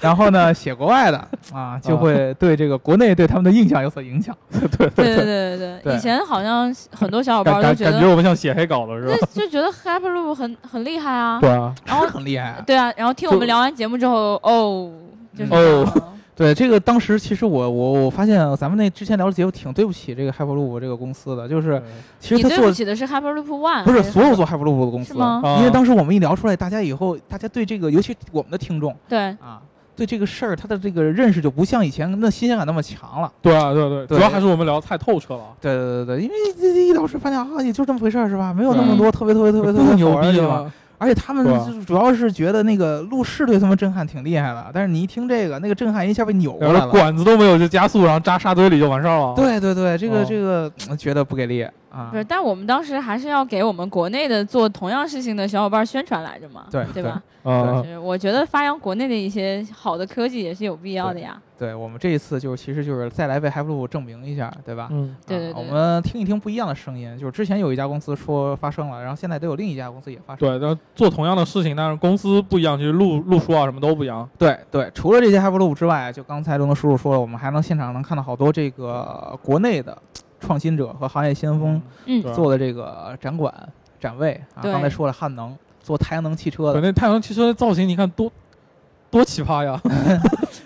[SPEAKER 2] 然后呢，写国外 的啊，就
[SPEAKER 3] 啊
[SPEAKER 2] 会对这个国内对他们的印象有所影响。
[SPEAKER 1] 对对对对
[SPEAKER 2] 对
[SPEAKER 1] 以前好像很多小伙
[SPEAKER 3] 感
[SPEAKER 1] 伴都
[SPEAKER 3] 感
[SPEAKER 1] 觉
[SPEAKER 3] 感
[SPEAKER 1] 得
[SPEAKER 3] 觉，我们像写黑稿了是
[SPEAKER 1] 那
[SPEAKER 3] 吧？
[SPEAKER 1] 就觉得 Hyperloop 很很厉害啊。
[SPEAKER 3] 对啊，
[SPEAKER 1] 然后
[SPEAKER 2] 是很厉害啊。
[SPEAKER 1] 对啊，然后听我们聊完节目之后，哦，就是
[SPEAKER 3] 哦
[SPEAKER 1] 这样
[SPEAKER 2] 对这个，当时其实我我我发现咱们那之前聊的节目挺对不起这个 Hyperloop 这个公司的，就是啊
[SPEAKER 3] 嗯
[SPEAKER 2] 其
[SPEAKER 1] 你
[SPEAKER 2] 实他
[SPEAKER 1] 对不
[SPEAKER 2] 做
[SPEAKER 1] 起的是 Hyperloop One，
[SPEAKER 2] 不
[SPEAKER 1] 还
[SPEAKER 2] 是所有做 Hyperloop 的公
[SPEAKER 1] 是
[SPEAKER 2] 司，
[SPEAKER 1] 吗？
[SPEAKER 2] 因为
[SPEAKER 3] 啊
[SPEAKER 2] 当时我们一聊出来，大家以后大家对这个，尤其我们的听众
[SPEAKER 1] 对，
[SPEAKER 2] 啊，对这个事儿他的这个认识就不像以前那新鲜感那么强了。
[SPEAKER 3] 对啊，对对，主
[SPEAKER 2] 对
[SPEAKER 3] 要还是我们聊得太透彻了，
[SPEAKER 2] 对对对对，因为这这一聊是发现啊，也就这么回事儿是吧？没有那么
[SPEAKER 1] 嗯
[SPEAKER 2] 多特别特别特别特
[SPEAKER 3] 不
[SPEAKER 2] 别好
[SPEAKER 3] 牛
[SPEAKER 2] 玩的
[SPEAKER 3] 逼
[SPEAKER 2] 地方。
[SPEAKER 3] 了。
[SPEAKER 2] 而且他们
[SPEAKER 3] 是吧
[SPEAKER 2] 就是主要是觉得那个路试对他们震撼挺厉害的，但是你一听这个，那个震撼一下被扭过
[SPEAKER 3] 然
[SPEAKER 2] 来
[SPEAKER 3] 后
[SPEAKER 2] 了。
[SPEAKER 3] 管子都没有就加速，然后扎沙堆里就完事儿了。
[SPEAKER 2] 对对对，这个、
[SPEAKER 3] 哦
[SPEAKER 2] 这个嗯觉得不给力啊
[SPEAKER 1] 不。是，但我们当时还是要给我们国内的做同样事情的小伙伴宣传来着嘛，
[SPEAKER 2] 对
[SPEAKER 1] 对吧？
[SPEAKER 3] 嗯，
[SPEAKER 1] 就是我觉得发扬国内的一些好的科技也是有必要的呀。
[SPEAKER 2] 对我们这一次就是其实就是再来为 Hyperloop 证明一下，对吧？
[SPEAKER 3] 嗯
[SPEAKER 1] 对对对
[SPEAKER 2] 啊，我们听一听不一样的声音，就是之前有一家公司说发生了，然后现在都有另一家公司也发生。
[SPEAKER 3] 对，但做同样的事情，但是公司不一样，其实路路数啊什么都不一样。
[SPEAKER 2] 对对，除了这些 Hyperloop 之外，就刚才龙德叔叔说了，我们还能现场能看到好多这个国内的创新者和行业先锋
[SPEAKER 1] 嗯
[SPEAKER 3] 对
[SPEAKER 2] 做的这个展馆展位啊。
[SPEAKER 1] 对
[SPEAKER 2] 刚才说了汉能做太阳能汽车
[SPEAKER 3] 对，
[SPEAKER 2] 的，
[SPEAKER 3] 那太阳能汽车的造型，你看多多奇葩呀！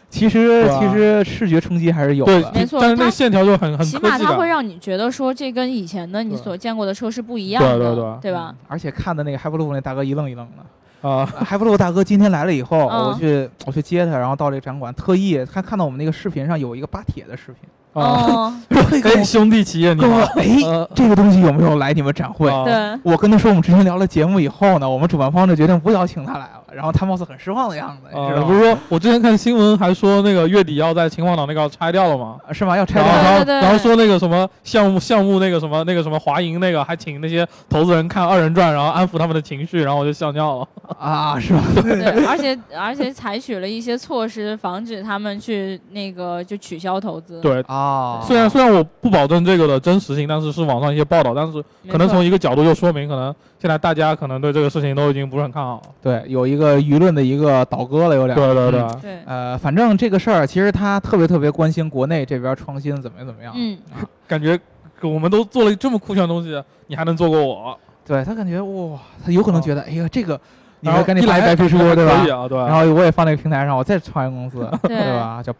[SPEAKER 2] 其实
[SPEAKER 3] 对吧
[SPEAKER 2] 其实视觉冲击还是有
[SPEAKER 3] 对
[SPEAKER 2] 的。
[SPEAKER 1] 没错
[SPEAKER 3] 但是那
[SPEAKER 1] 它
[SPEAKER 3] 线条就很很
[SPEAKER 1] 起
[SPEAKER 3] 科
[SPEAKER 1] 码
[SPEAKER 3] 技
[SPEAKER 1] 它会
[SPEAKER 3] 感。
[SPEAKER 1] 让你觉得说这跟以前的你
[SPEAKER 3] 对
[SPEAKER 1] 所见过的车是不一样的，
[SPEAKER 3] 对对对
[SPEAKER 1] 吧？
[SPEAKER 2] 嗯而且看的那个 Hyperloop 那大哥一愣一愣的。
[SPEAKER 3] 啊，
[SPEAKER 2] Hyperloop 大哥今天来了以后，
[SPEAKER 1] 嗯
[SPEAKER 2] 我去我去接他，然后到这个展馆，特意他看到我们那个视频上有一个扒铁的 视频，
[SPEAKER 3] 啊，
[SPEAKER 1] 哦，
[SPEAKER 2] 对跟
[SPEAKER 3] 哎，
[SPEAKER 2] 我
[SPEAKER 3] 兄弟企业你
[SPEAKER 2] 跟我
[SPEAKER 3] 好，
[SPEAKER 2] 哎，
[SPEAKER 3] 呃
[SPEAKER 2] 这个东西有没有来你们展会？
[SPEAKER 3] 啊
[SPEAKER 1] 对，
[SPEAKER 2] 我跟他说我们之前聊了节目以后呢，我们主办方就决定不邀请他来了，然后他貌似很失望的样子，你知
[SPEAKER 3] 啊，
[SPEAKER 2] 道
[SPEAKER 3] 不是
[SPEAKER 2] 吗？
[SPEAKER 3] 说我之前看新闻还说那个月底要在秦皇岛那个要拆掉了吗？
[SPEAKER 2] 是吗？要拆
[SPEAKER 3] 然
[SPEAKER 2] 掉？
[SPEAKER 3] 后，然后，
[SPEAKER 1] 对对对
[SPEAKER 3] 然后说那个什么项目项目那个什么那个什么华银那个，还请那些投资人看二人转，然后安抚他们的情绪，然后我就笑尿了。
[SPEAKER 2] 啊？是 吧？
[SPEAKER 1] 对，而且而且采取了一些措施，防止他们去那个就取消投资。
[SPEAKER 3] 对，
[SPEAKER 2] 啊，
[SPEAKER 3] 虽然虽然我不保证这个的真实性，但是是网上一些报道，但是
[SPEAKER 1] 没错，
[SPEAKER 3] 可能从一个角度就说明，可能现在大家可能对这个事情都已经不是很看好了。
[SPEAKER 2] 对有一个舆论的一个倒戈了，有点。
[SPEAKER 3] 对对对，
[SPEAKER 1] 对，
[SPEAKER 2] 呃，反正这个事儿，其实他特别特别关心国内这边创新怎么样怎么样。
[SPEAKER 1] 嗯，
[SPEAKER 3] 感觉我们都做了这么酷炫的东西，你还能做过我？
[SPEAKER 2] 对他感觉哇，他有可能觉得，哎呀，这个你
[SPEAKER 3] 然后
[SPEAKER 2] 们赶紧
[SPEAKER 3] 一
[SPEAKER 2] 来白皮书，对
[SPEAKER 3] 可以
[SPEAKER 2] 吧？
[SPEAKER 3] 啊，
[SPEAKER 2] 然
[SPEAKER 3] 对，
[SPEAKER 2] 后我也放这个平台上，我再创业公司，
[SPEAKER 1] 对
[SPEAKER 2] 对吧？叫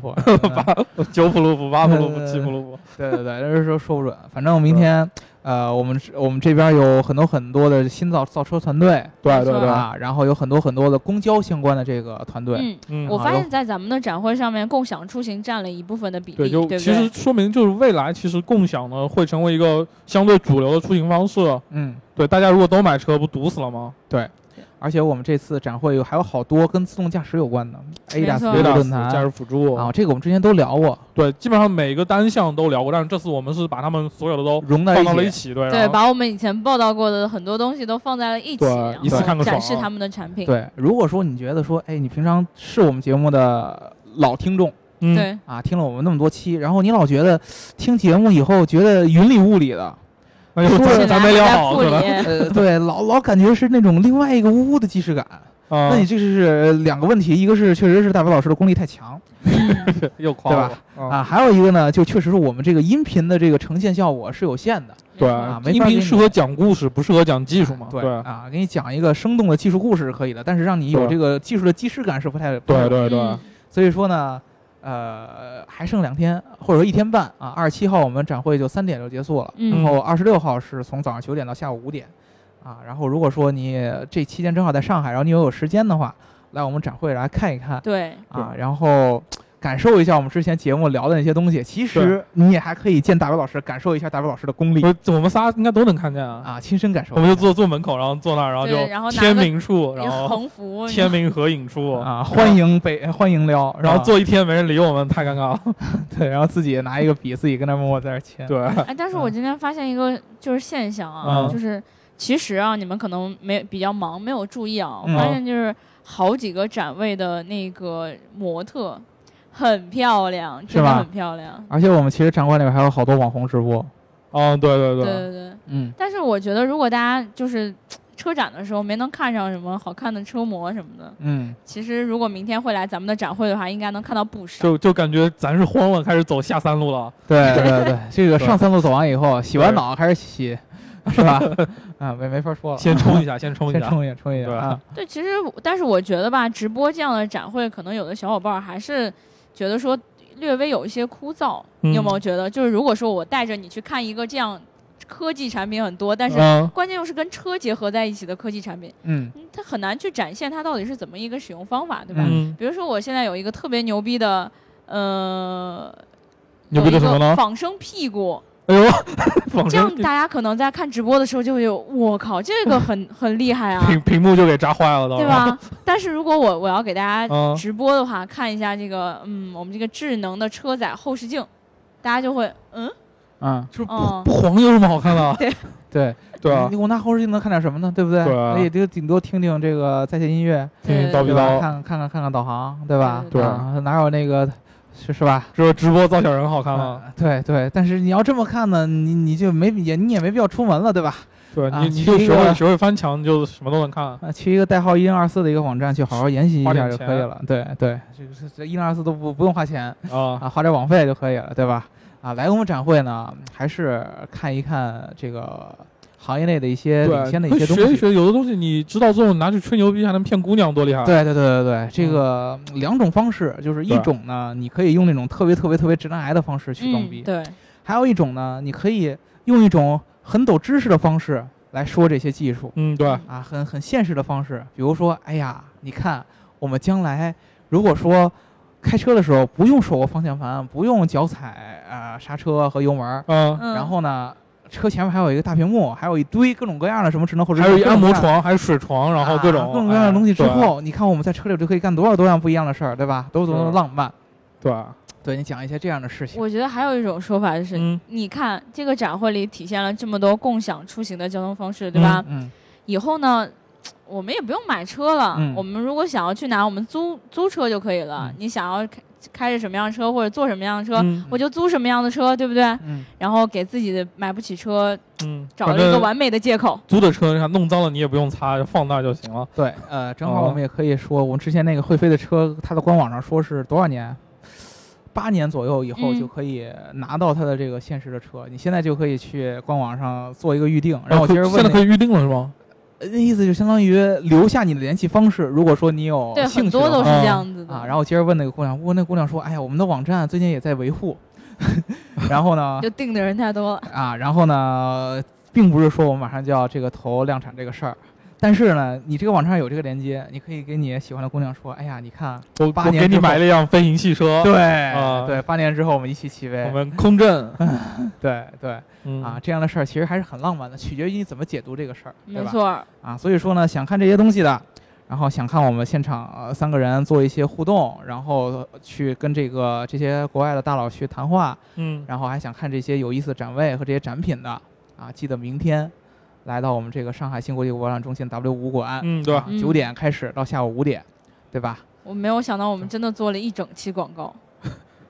[SPEAKER 2] Bufferloop，
[SPEAKER 3] 九普路普、八普路普、
[SPEAKER 2] 对
[SPEAKER 3] 七普路普，
[SPEAKER 2] 对对对，就是说说不准。反正明天，呃，我们我们这边有很多很多的新造造车团队，
[SPEAKER 3] 对
[SPEAKER 1] 没
[SPEAKER 3] 对
[SPEAKER 1] 错
[SPEAKER 3] 对，
[SPEAKER 2] 啊，然后有很多很多的公交相关的这个团队，
[SPEAKER 1] 嗯，
[SPEAKER 3] 嗯
[SPEAKER 1] 我
[SPEAKER 2] 好
[SPEAKER 1] 发
[SPEAKER 2] 有
[SPEAKER 1] 现，在咱们的展会上面，共享出行占了一部分的比例，
[SPEAKER 3] 对，
[SPEAKER 1] 对
[SPEAKER 3] 就
[SPEAKER 1] 不对？
[SPEAKER 3] 其实说明就是未来其实共享呢会成为一个相对主流的出行方式。
[SPEAKER 2] 嗯，
[SPEAKER 3] 对，大家如果都买车，不堵死了吗？
[SPEAKER 2] 而且我们这次展会有还有好多跟自动驾驶有关的 A
[SPEAKER 1] 没
[SPEAKER 2] 大 s
[SPEAKER 1] 错
[SPEAKER 3] 雷达
[SPEAKER 2] 论
[SPEAKER 3] 驾驶
[SPEAKER 2] 坛
[SPEAKER 3] 辅助
[SPEAKER 2] 啊，这个我们之前都聊过，
[SPEAKER 3] 对，基本上每个单项都聊过，但是这次我们是把他们所有的都
[SPEAKER 2] 融哦到
[SPEAKER 3] 放到了
[SPEAKER 2] 一
[SPEAKER 3] 一
[SPEAKER 2] 起。
[SPEAKER 3] 起，对，
[SPEAKER 1] 对，
[SPEAKER 3] 然后
[SPEAKER 1] 把我们以前报道过的很多东西都放在了一起，
[SPEAKER 3] 对
[SPEAKER 1] 然
[SPEAKER 3] 一次
[SPEAKER 1] 后
[SPEAKER 3] 看个
[SPEAKER 1] 展
[SPEAKER 3] 爽
[SPEAKER 1] 示
[SPEAKER 3] 啊
[SPEAKER 1] 他们的产品。
[SPEAKER 2] 对，如果说你觉得说，哎，你平常是我们节目的老听众
[SPEAKER 3] 嗯，
[SPEAKER 1] 对
[SPEAKER 2] 啊，听了我们那么多期，然后你老觉得听节目以后觉得云里雾里的，
[SPEAKER 3] 那就
[SPEAKER 2] 说
[SPEAKER 1] 起
[SPEAKER 3] 咱
[SPEAKER 1] 来
[SPEAKER 3] 咱
[SPEAKER 1] 还
[SPEAKER 3] 没聊
[SPEAKER 1] 在
[SPEAKER 3] 好，
[SPEAKER 1] 库
[SPEAKER 3] 可能
[SPEAKER 1] 里
[SPEAKER 2] 呃， 对，老老感觉是那种另外一个呜呜的既视感。
[SPEAKER 3] 啊
[SPEAKER 2] 那你这是呃两个问题，一个是确实是大白老师的功力太强，
[SPEAKER 3] 又夸
[SPEAKER 2] 对
[SPEAKER 3] 我
[SPEAKER 2] 吧？
[SPEAKER 3] 嗯
[SPEAKER 2] 啊，还有一个呢，就确实是我们这个音频的这个呈现效果是有限的，
[SPEAKER 1] 没错
[SPEAKER 3] 对
[SPEAKER 2] 啊没
[SPEAKER 3] 音
[SPEAKER 2] 法给
[SPEAKER 3] 频
[SPEAKER 2] 你
[SPEAKER 3] 适合讲故事，不适合讲技术嘛？
[SPEAKER 2] 对
[SPEAKER 3] 对
[SPEAKER 2] 啊，给你讲一个生动的技术故事是可以的，但是让你有
[SPEAKER 3] 对
[SPEAKER 2] 这个技术的既视感是不太不太
[SPEAKER 3] 对对对
[SPEAKER 1] 嗯，
[SPEAKER 2] 所以说呢，呃，还剩两天或者说一天半啊，二十七号我们展会就三点就结束了，然
[SPEAKER 1] 嗯，
[SPEAKER 2] 后二十六号是从早上九点到下午五点，啊，然后如果说你这期间正好在上海，然后你又有时间的话，来我们展会来看一看
[SPEAKER 1] 对，
[SPEAKER 2] 啊，
[SPEAKER 3] 对
[SPEAKER 2] 然后。感受一下我们之前节目聊的那些东西。其实你也还可以见大伟老师，感受一下大伟老师的功力
[SPEAKER 3] 我我们仨应该都能看见啊。
[SPEAKER 2] 啊，亲身感受。
[SPEAKER 3] 嗯我们就坐坐门口，然后坐那儿，然后
[SPEAKER 1] 对然后
[SPEAKER 3] 就
[SPEAKER 1] 拿
[SPEAKER 3] 签
[SPEAKER 1] 个
[SPEAKER 3] 名处，然
[SPEAKER 1] 有
[SPEAKER 3] 后
[SPEAKER 1] 横幅，你知道
[SPEAKER 3] 签名合影处
[SPEAKER 2] 啊，欢。迎北
[SPEAKER 3] 嗯
[SPEAKER 2] 欢迎撩，
[SPEAKER 3] 然后
[SPEAKER 2] 做
[SPEAKER 3] 坐一天没人理我们，太尴尬 了。
[SPEAKER 2] 对，然后自己拿一个笔，自己跟那默默在那签。
[SPEAKER 3] 对，
[SPEAKER 1] 哎，但是
[SPEAKER 2] 嗯
[SPEAKER 1] 我今天发现一个就是现象啊，
[SPEAKER 3] 嗯
[SPEAKER 1] 就是其实啊，你们可能没比较忙，没有注意啊，我
[SPEAKER 2] 嗯
[SPEAKER 1] 发现就是好几个展位的那个模特很漂亮，
[SPEAKER 2] 是
[SPEAKER 1] 真的
[SPEAKER 2] 吧
[SPEAKER 1] 很漂亮。
[SPEAKER 2] 而且我们其实场馆里面还有好多网红直播。
[SPEAKER 3] 嗯，对对
[SPEAKER 1] 对对对，
[SPEAKER 2] 嗯，
[SPEAKER 1] 但是我觉得如果大家就是。车展的时候没能看上什么好看的车模什么的，
[SPEAKER 2] 嗯，
[SPEAKER 1] 其实如果明天会来咱们的展会的话，应该能看到不少。
[SPEAKER 3] 就就感觉咱是慌了，开始走下三路了。
[SPEAKER 2] 对对 对，这个
[SPEAKER 3] 对
[SPEAKER 2] 上三路走完以后，洗完澡开始洗，是吧？ 啊，没没法说了，
[SPEAKER 3] 先冲 一下，先冲一
[SPEAKER 2] 先
[SPEAKER 3] 下。
[SPEAKER 2] 冲一下，冲一下
[SPEAKER 3] 对
[SPEAKER 2] 啊！
[SPEAKER 1] 对，其实我但是我觉得吧，直播这样的展会，可能有的小伙伴儿还是觉得说略微有一些枯燥。你有没有
[SPEAKER 3] 嗯
[SPEAKER 1] 觉得，就是如果说我带着你去看一个这样科技产品很多，但是
[SPEAKER 3] 嗯，
[SPEAKER 1] 关键又是跟车结合在一起的科技产品，
[SPEAKER 2] 嗯
[SPEAKER 1] 嗯它很难去展现它到底是怎么一个使用方法，对吧？
[SPEAKER 3] 嗯
[SPEAKER 1] 比如说我现在有一个特别牛逼的，呃。
[SPEAKER 3] 牛逼
[SPEAKER 1] 有
[SPEAKER 3] 的
[SPEAKER 1] 一
[SPEAKER 3] 什么
[SPEAKER 1] 个
[SPEAKER 3] 呢
[SPEAKER 1] 仿生屁股，
[SPEAKER 3] 哎呦，仿
[SPEAKER 1] 这样
[SPEAKER 3] 生
[SPEAKER 1] 大家可能在看直播的时候就会有，我靠，这个很很厉害 啊！
[SPEAKER 3] 屏屏幕就给扎坏了，到
[SPEAKER 1] 对
[SPEAKER 3] 时候？
[SPEAKER 1] 吧？但是如果我我要给大家
[SPEAKER 2] 啊
[SPEAKER 3] 嗯
[SPEAKER 1] 直播的话，看一下这个，嗯，我们这个智能的车载后视镜，大家就会，嗯，
[SPEAKER 2] 嗯，
[SPEAKER 3] 就是不
[SPEAKER 1] 嗯
[SPEAKER 3] 不黄有什么好看啊的？
[SPEAKER 2] 对
[SPEAKER 3] 对啊
[SPEAKER 2] 你，我拿后视镜能看点什么呢？对不对？
[SPEAKER 3] 对啊
[SPEAKER 2] 也就顶多听听这个在线音乐，
[SPEAKER 3] 听
[SPEAKER 1] 对
[SPEAKER 3] 听叨
[SPEAKER 2] 对
[SPEAKER 3] 逼
[SPEAKER 2] 吧？
[SPEAKER 3] 叨，
[SPEAKER 2] 看看看看看导航，对吧？
[SPEAKER 1] 对对对
[SPEAKER 2] 啊哪有那个是是吧？
[SPEAKER 3] 只有直播造小人好看吗？
[SPEAKER 2] 啊，对对，但是你要这么看呢，你你就没也你也没必要出门了，对吧？
[SPEAKER 3] 对
[SPEAKER 2] 啊
[SPEAKER 3] 你，你
[SPEAKER 2] 去
[SPEAKER 3] 就
[SPEAKER 2] 一
[SPEAKER 3] 学
[SPEAKER 2] 个
[SPEAKER 3] 会学会翻墙，你就什么都能看。
[SPEAKER 2] 啊，去一个代号一零二四的一个网站去好好研习一
[SPEAKER 3] 花
[SPEAKER 2] 下
[SPEAKER 3] 点
[SPEAKER 2] 就可
[SPEAKER 3] 钱哎
[SPEAKER 2] 以了。对对，这个是这一零二四都不不用花钱
[SPEAKER 3] 啊，
[SPEAKER 2] 啊，花点网费就可以了，对吧？啊，来我们展会呢，还是看一看这个行业内的一些领先的一
[SPEAKER 3] 会
[SPEAKER 2] 些东
[SPEAKER 3] 学一
[SPEAKER 2] 西。
[SPEAKER 3] 学，有的东西你知道之后，你拿去吹牛逼还能骗姑娘，多厉害！，
[SPEAKER 2] 对对对对对，这个两种方式，就是一
[SPEAKER 3] 啊嗯对
[SPEAKER 2] 种呢，你可以用那种特别特别特别直男癌的方式去装逼
[SPEAKER 1] 嗯，；对，
[SPEAKER 2] 还有一种呢，你可以用一种很懂知识的方式来说这些技术。
[SPEAKER 3] 嗯，对，
[SPEAKER 2] 啊，很很现实的方式，比如说，哎呀，你看我们将来如果说开车的时候不用手握方向盘，不用脚踩啊、刹车和油门儿，
[SPEAKER 3] 嗯，
[SPEAKER 1] 嗯，
[SPEAKER 2] 然后呢，车前面还有一个大屏幕，还有一堆各种各样的什么智能后视
[SPEAKER 3] 还
[SPEAKER 2] 镜，
[SPEAKER 3] 有一
[SPEAKER 2] 各种
[SPEAKER 3] 按摩
[SPEAKER 2] 各样的。
[SPEAKER 3] 床，还有水床，然后各
[SPEAKER 2] 啊
[SPEAKER 3] 种
[SPEAKER 2] 各种各样的东西之
[SPEAKER 3] 哎
[SPEAKER 2] 后，你看我们在车里就可以干多少多样不一样的事儿，对吧？多多多
[SPEAKER 3] 是
[SPEAKER 2] 浪漫。
[SPEAKER 3] 对，
[SPEAKER 2] 对你讲一些这样的事情，
[SPEAKER 1] 我觉得还有一种说法就是，
[SPEAKER 3] 嗯，
[SPEAKER 1] 你看这个展会里体现了这么多共享出行的交通方式，对吧？
[SPEAKER 2] 嗯
[SPEAKER 1] 以后呢？我们也不用买车了，
[SPEAKER 2] 嗯
[SPEAKER 1] 我们如果想要去哪，我们租租车就可以了。
[SPEAKER 2] 嗯
[SPEAKER 1] 你想要开开着什么样的车或者坐什么样的车，
[SPEAKER 3] 嗯
[SPEAKER 1] 我就租什么样的车，对不对？
[SPEAKER 2] 嗯，
[SPEAKER 1] 然后给自己的买不起车
[SPEAKER 3] 嗯，
[SPEAKER 1] 找
[SPEAKER 3] 反
[SPEAKER 1] 了一个
[SPEAKER 3] 正
[SPEAKER 1] 完美的借
[SPEAKER 2] 哦
[SPEAKER 1] 口。
[SPEAKER 3] 租的车，你看弄脏了你也不用擦，就放那儿就行了。
[SPEAKER 2] 对，呃，正好
[SPEAKER 3] 哦
[SPEAKER 2] 我们也可以说，我们之前那个会飞的车，它的官网上说是多少年？八年左右以后
[SPEAKER 1] 嗯
[SPEAKER 2] 就可以拿到它的这个现实的车，你现在就可以去官网上做一个预定。然后我
[SPEAKER 3] 可
[SPEAKER 2] 今
[SPEAKER 3] 以
[SPEAKER 2] 儿
[SPEAKER 3] 哦
[SPEAKER 2] 问
[SPEAKER 3] 现在可
[SPEAKER 2] 那
[SPEAKER 3] 以预定了是吗？
[SPEAKER 2] 呃那意思就相当于留下你的联系方式，如果说你有
[SPEAKER 1] 对，
[SPEAKER 2] 兴
[SPEAKER 1] 很
[SPEAKER 2] 趣
[SPEAKER 1] 多
[SPEAKER 2] 的
[SPEAKER 1] 都是
[SPEAKER 2] 话
[SPEAKER 1] 这
[SPEAKER 3] 嗯
[SPEAKER 1] 样子的
[SPEAKER 2] 啊。然后我今儿问那个姑娘，问那姑娘说，哎呀，我们的网站最近也在维护， 然后呢
[SPEAKER 1] 就定的人太多了。
[SPEAKER 2] 啊，然后呢，并不是说我们马上就要这个投量产这个事儿，但是呢，你这个网站有这个连接，你可以给你喜欢的姑娘说，哎呀，你看，
[SPEAKER 3] 我
[SPEAKER 2] 八
[SPEAKER 3] 我
[SPEAKER 2] 年
[SPEAKER 3] 给你
[SPEAKER 2] 之后
[SPEAKER 3] 买了一辆飞行汽车，
[SPEAKER 2] 对、
[SPEAKER 3] 啊
[SPEAKER 2] 对，八年之后我们一起起
[SPEAKER 3] 我
[SPEAKER 2] 飞，
[SPEAKER 3] 们 空震，
[SPEAKER 2] 对对
[SPEAKER 3] 嗯
[SPEAKER 2] 啊，，这样的事儿其实还是很浪漫的，取决于你怎么解读这个事儿，对
[SPEAKER 1] 没
[SPEAKER 2] 吧？
[SPEAKER 1] 错儿，
[SPEAKER 2] 啊，所以说呢，想看这些东西的。然后想看我们现场、呃、三个人做一些互动，然后去跟这个这些国外的大佬去谈话，
[SPEAKER 3] 嗯，
[SPEAKER 2] 然后还想看这些有意思的展位和这些展品的啊，记得明天来到我们这个上海新国际博览中心 W 五馆，
[SPEAKER 3] 嗯对
[SPEAKER 2] 啊
[SPEAKER 1] 嗯
[SPEAKER 2] 九点开始到下午五点，对吧？
[SPEAKER 1] 我没有想到我们真的做了一整期广告。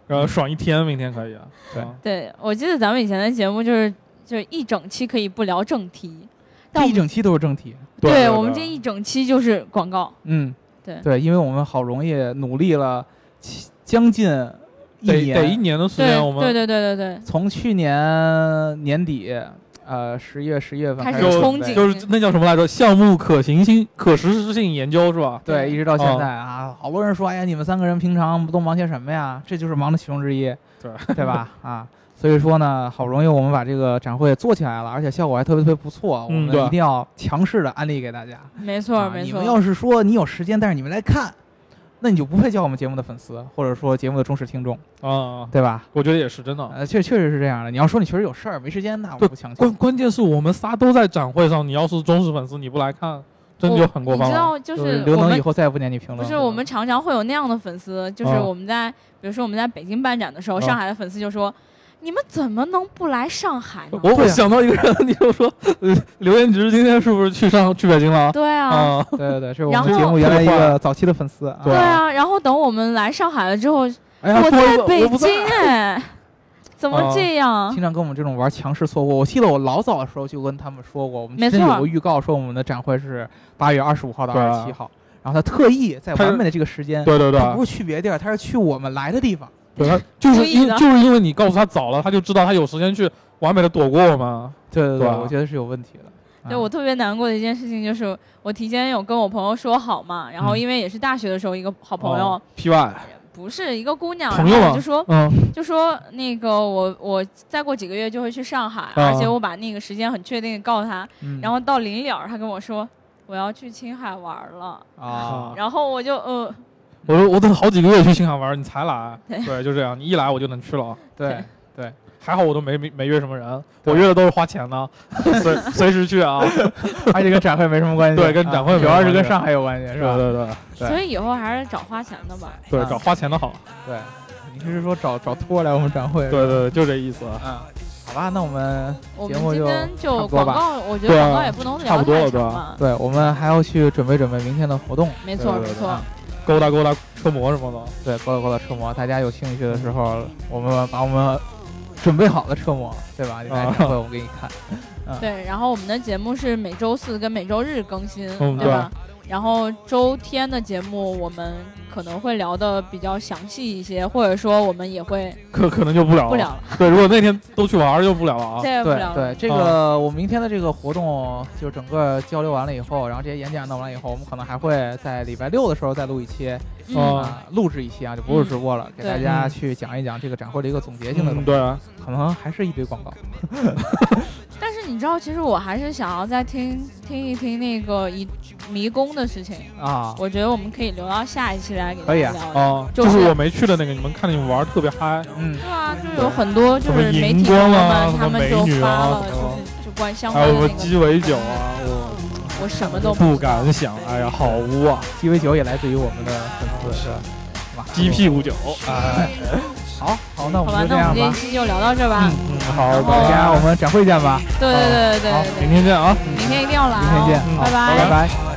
[SPEAKER 3] 然后爽一天，明天可以啊。
[SPEAKER 2] 对
[SPEAKER 3] 啊
[SPEAKER 1] 对，我记得咱们以前的节目就是就是一整期可以不聊正题，但我
[SPEAKER 2] 这一
[SPEAKER 1] 们
[SPEAKER 2] 整期都是正题，
[SPEAKER 1] 对
[SPEAKER 3] 对
[SPEAKER 1] 我们这一整期就是广告。
[SPEAKER 2] 嗯，
[SPEAKER 1] 对
[SPEAKER 2] 对，因为我们好容易努力了七将近一
[SPEAKER 3] 得得一
[SPEAKER 2] 年，
[SPEAKER 3] 年的时
[SPEAKER 1] 对
[SPEAKER 3] 间，我
[SPEAKER 1] 对
[SPEAKER 3] 们
[SPEAKER 1] 对对对对，
[SPEAKER 2] 从去年年底呃十月十月份
[SPEAKER 1] 开
[SPEAKER 2] 开
[SPEAKER 1] 始
[SPEAKER 2] 始准
[SPEAKER 1] 憧
[SPEAKER 2] 备
[SPEAKER 1] 憬
[SPEAKER 3] 就是那叫什么来着？项目可行性、可实施性研究是吧？
[SPEAKER 2] 对，一直到现
[SPEAKER 3] 哦
[SPEAKER 2] 在啊，好多人说，哎呀，你们三个人平常都忙些什么呀？这就是忙的其中之一， 对吧？啊，所以说呢，好不容易我们把这个展会做起来了，而且效果还特别特别不错，我
[SPEAKER 3] 嗯
[SPEAKER 2] 们
[SPEAKER 3] 对
[SPEAKER 2] 一定要强势的安利给大家。
[SPEAKER 1] 没错儿
[SPEAKER 2] 啊
[SPEAKER 1] 没
[SPEAKER 2] 你
[SPEAKER 1] 错儿。
[SPEAKER 2] 们要是说你有时间，但是你们来看，那你就不配叫我们节目的粉丝，或者说节目的忠实听众，
[SPEAKER 3] 啊，
[SPEAKER 2] 对吧？
[SPEAKER 3] 我觉得也是真的。
[SPEAKER 2] 呃，确确实是这样的。你要说你确实有事儿没时间，那我
[SPEAKER 3] 对
[SPEAKER 2] 不强
[SPEAKER 3] 关
[SPEAKER 2] 求。
[SPEAKER 3] 关键是我们仨都在展会上，你要是忠实粉丝，你不来看，真的就很过分
[SPEAKER 1] 你知
[SPEAKER 3] 了。
[SPEAKER 1] 道，就
[SPEAKER 2] 就是刘
[SPEAKER 1] 我
[SPEAKER 2] 能
[SPEAKER 1] 们
[SPEAKER 2] 以后再也不点你评论
[SPEAKER 1] 不
[SPEAKER 2] 了。
[SPEAKER 1] 是我们常常会有那样的粉丝，就是
[SPEAKER 3] 啊
[SPEAKER 1] 我们在比如说我们在北京办展的时候，
[SPEAKER 3] 啊
[SPEAKER 1] 上海的粉丝就说：“你们怎么能不来上海呢
[SPEAKER 3] 我
[SPEAKER 2] 对
[SPEAKER 3] 我
[SPEAKER 2] 啊
[SPEAKER 3] 想到一个人，你就说，呃刘彦直今天是不是去上去北京了？”
[SPEAKER 1] 对啊，
[SPEAKER 3] 啊，
[SPEAKER 2] 对 对对，这是我
[SPEAKER 1] 然
[SPEAKER 2] 们
[SPEAKER 1] 后
[SPEAKER 2] 节目原来一个早期的粉丝啊。
[SPEAKER 1] 对
[SPEAKER 3] 对
[SPEAKER 1] 啊。然后等我们来上海了之后，
[SPEAKER 3] 哎呀，
[SPEAKER 1] 我
[SPEAKER 3] 多一
[SPEAKER 1] 在
[SPEAKER 3] 个
[SPEAKER 1] 北
[SPEAKER 3] 我不在
[SPEAKER 1] 京哎，怎么
[SPEAKER 3] 啊
[SPEAKER 1] 这样？
[SPEAKER 2] 经常跟我们这种玩强势错过。我记得我老早的时候就跟他们说过，我们
[SPEAKER 1] 没
[SPEAKER 2] 真有
[SPEAKER 1] 错
[SPEAKER 2] 个预告说我们的展会是八月二十五号到
[SPEAKER 3] 对
[SPEAKER 2] 二十
[SPEAKER 3] 啊
[SPEAKER 2] 七号，然后他特意在
[SPEAKER 3] 他是
[SPEAKER 2] 完美的这个时间，
[SPEAKER 3] 对对对
[SPEAKER 2] 他，不是去别的地儿，他是去我们来的地方。
[SPEAKER 3] 对他就是
[SPEAKER 1] 故意
[SPEAKER 3] 因
[SPEAKER 1] 的
[SPEAKER 3] 就是因为你告诉他早了，他就知道他有时间去完美的躲过我们。
[SPEAKER 2] 对对
[SPEAKER 3] 对啊
[SPEAKER 2] 我觉得是有问题的。
[SPEAKER 1] 对
[SPEAKER 2] 啊
[SPEAKER 1] 我特别难过的一件事情就是，我提前有跟我朋友说好嘛，然后
[SPEAKER 3] 嗯
[SPEAKER 1] 因为也是大学的时候一个好朋友，
[SPEAKER 3] 啊 P Y，
[SPEAKER 1] 不是一个姑娘，
[SPEAKER 3] 朋友
[SPEAKER 1] 然后
[SPEAKER 3] 啊
[SPEAKER 1] 我就说
[SPEAKER 3] 嗯，
[SPEAKER 1] 就说那个我我再过几个月就会去上海，而
[SPEAKER 3] 哦
[SPEAKER 1] 且我把那个时间很确定地告诉他，
[SPEAKER 2] 嗯
[SPEAKER 1] 然后到临了儿他跟我说我要去青海玩了，
[SPEAKER 2] 啊，
[SPEAKER 3] 哦
[SPEAKER 1] 然后我就呃
[SPEAKER 3] 我说我等好几个月去青海玩，你才来，啊对，就这样，你一来我就能去了。
[SPEAKER 2] 对，
[SPEAKER 3] 还好我都没没没约什么人，
[SPEAKER 2] 对
[SPEAKER 3] 我约的都是花钱的， 随随时去啊。
[SPEAKER 2] 而且跟展会没什么关系，
[SPEAKER 3] 对跟展会
[SPEAKER 2] 啊
[SPEAKER 3] 没
[SPEAKER 2] 主要
[SPEAKER 3] 什
[SPEAKER 2] 是
[SPEAKER 3] 么
[SPEAKER 2] 跟
[SPEAKER 3] 关系
[SPEAKER 2] 上海有关系，是吧？
[SPEAKER 3] 对对
[SPEAKER 2] 对
[SPEAKER 1] 所以以后还是找花钱的吧。
[SPEAKER 3] 对
[SPEAKER 2] 啊，
[SPEAKER 3] 找花钱的好。
[SPEAKER 2] 对，你是说找找托儿来我们展会？
[SPEAKER 3] 对，对，对就这意思。
[SPEAKER 2] 啊，好吧，那我们
[SPEAKER 1] 我
[SPEAKER 2] 节
[SPEAKER 1] 们
[SPEAKER 2] 目
[SPEAKER 1] 今
[SPEAKER 2] 就
[SPEAKER 1] 天
[SPEAKER 2] 差
[SPEAKER 1] 就
[SPEAKER 2] 不多
[SPEAKER 1] 广
[SPEAKER 2] 吧
[SPEAKER 1] 告，我觉得
[SPEAKER 3] 对啊
[SPEAKER 1] 广告也不能
[SPEAKER 3] 差
[SPEAKER 1] 聊
[SPEAKER 3] 不多
[SPEAKER 1] 太长
[SPEAKER 3] 了对
[SPEAKER 1] 嘛。
[SPEAKER 2] 对我们还要去准备准备明天的活动。
[SPEAKER 1] 没错
[SPEAKER 3] 对对啊
[SPEAKER 1] 没
[SPEAKER 3] 对
[SPEAKER 2] 啊
[SPEAKER 1] 错，
[SPEAKER 3] 勾搭勾搭车模什么的。
[SPEAKER 2] 对，勾搭勾搭车模，大家有兴趣的时候，我们把我们准备好的车模，对吧？你来展会，我们给你看。
[SPEAKER 1] 对。然后我们的节目是每周四跟每周日更新，
[SPEAKER 3] 嗯
[SPEAKER 1] 对吧？然后周天的节目我们可能会聊的比较详细一些，或者说我们也会
[SPEAKER 3] 可可能就不了
[SPEAKER 1] 不聊了，
[SPEAKER 3] 对，如果那天都去玩儿就不聊了啊。
[SPEAKER 1] 再也不
[SPEAKER 2] 对
[SPEAKER 1] 聊了。
[SPEAKER 2] 对，这个我明天的这个活动，就是整个交流完了以后，然后这些演讲弄完以后，我们可能还会在礼拜六的时候再录一期，
[SPEAKER 1] 嗯
[SPEAKER 3] 哦
[SPEAKER 2] 啊，录制一期啊，就不是直播了，给大
[SPEAKER 1] 对
[SPEAKER 2] 家去讲一讲这个展会的一个总结性的东
[SPEAKER 3] 嗯，
[SPEAKER 2] 西，
[SPEAKER 3] 对啊，
[SPEAKER 2] 可能还是一堆广告。
[SPEAKER 1] 但是你知道，其实我还是想要再听听一听那个迷迷宫的事情。
[SPEAKER 2] 啊，
[SPEAKER 1] 我觉得我们可以留到下一期来给大
[SPEAKER 2] 可以
[SPEAKER 1] 家
[SPEAKER 2] 啊
[SPEAKER 1] 聊。
[SPEAKER 3] 哦，
[SPEAKER 1] 嗯就
[SPEAKER 3] 就是是我没去的那个，你们看着你们玩儿特别嗨。
[SPEAKER 2] 嗯，
[SPEAKER 1] 对啊，就有很多就是媒体
[SPEAKER 3] 什
[SPEAKER 1] 朋
[SPEAKER 3] 么荧
[SPEAKER 1] 友
[SPEAKER 3] 光啊
[SPEAKER 1] 们，
[SPEAKER 3] 什么
[SPEAKER 1] 他们就
[SPEAKER 3] 美女
[SPEAKER 1] 发
[SPEAKER 3] 啊
[SPEAKER 1] 了，
[SPEAKER 3] 什么
[SPEAKER 1] 就是就关相
[SPEAKER 3] 还
[SPEAKER 1] 关
[SPEAKER 3] 有
[SPEAKER 1] 的那
[SPEAKER 3] 什么
[SPEAKER 1] 个。
[SPEAKER 3] 鸡尾酒啊，我
[SPEAKER 1] 我什么都
[SPEAKER 3] 不
[SPEAKER 1] 知道
[SPEAKER 3] 敢想，哎呀，好污啊！
[SPEAKER 2] 鸡尾酒也来自于我们的粉丝，是吧？哇
[SPEAKER 3] 鸡屁股酒，哎，
[SPEAKER 2] 好好，那我
[SPEAKER 1] 好
[SPEAKER 2] 们
[SPEAKER 1] 吧
[SPEAKER 2] 就，这
[SPEAKER 1] 那我
[SPEAKER 2] 样
[SPEAKER 1] 们这一
[SPEAKER 2] 吧。
[SPEAKER 1] 期就聊到这吧。
[SPEAKER 3] 嗯，好，
[SPEAKER 1] 然后
[SPEAKER 2] 大家，我们展会见吧，
[SPEAKER 1] 对对对对
[SPEAKER 2] 好
[SPEAKER 1] 对
[SPEAKER 3] 明天见啊。
[SPEAKER 1] 对，明天一定要来
[SPEAKER 2] 明天见
[SPEAKER 1] 哦，
[SPEAKER 2] 好
[SPEAKER 1] 拜
[SPEAKER 2] 拜拜。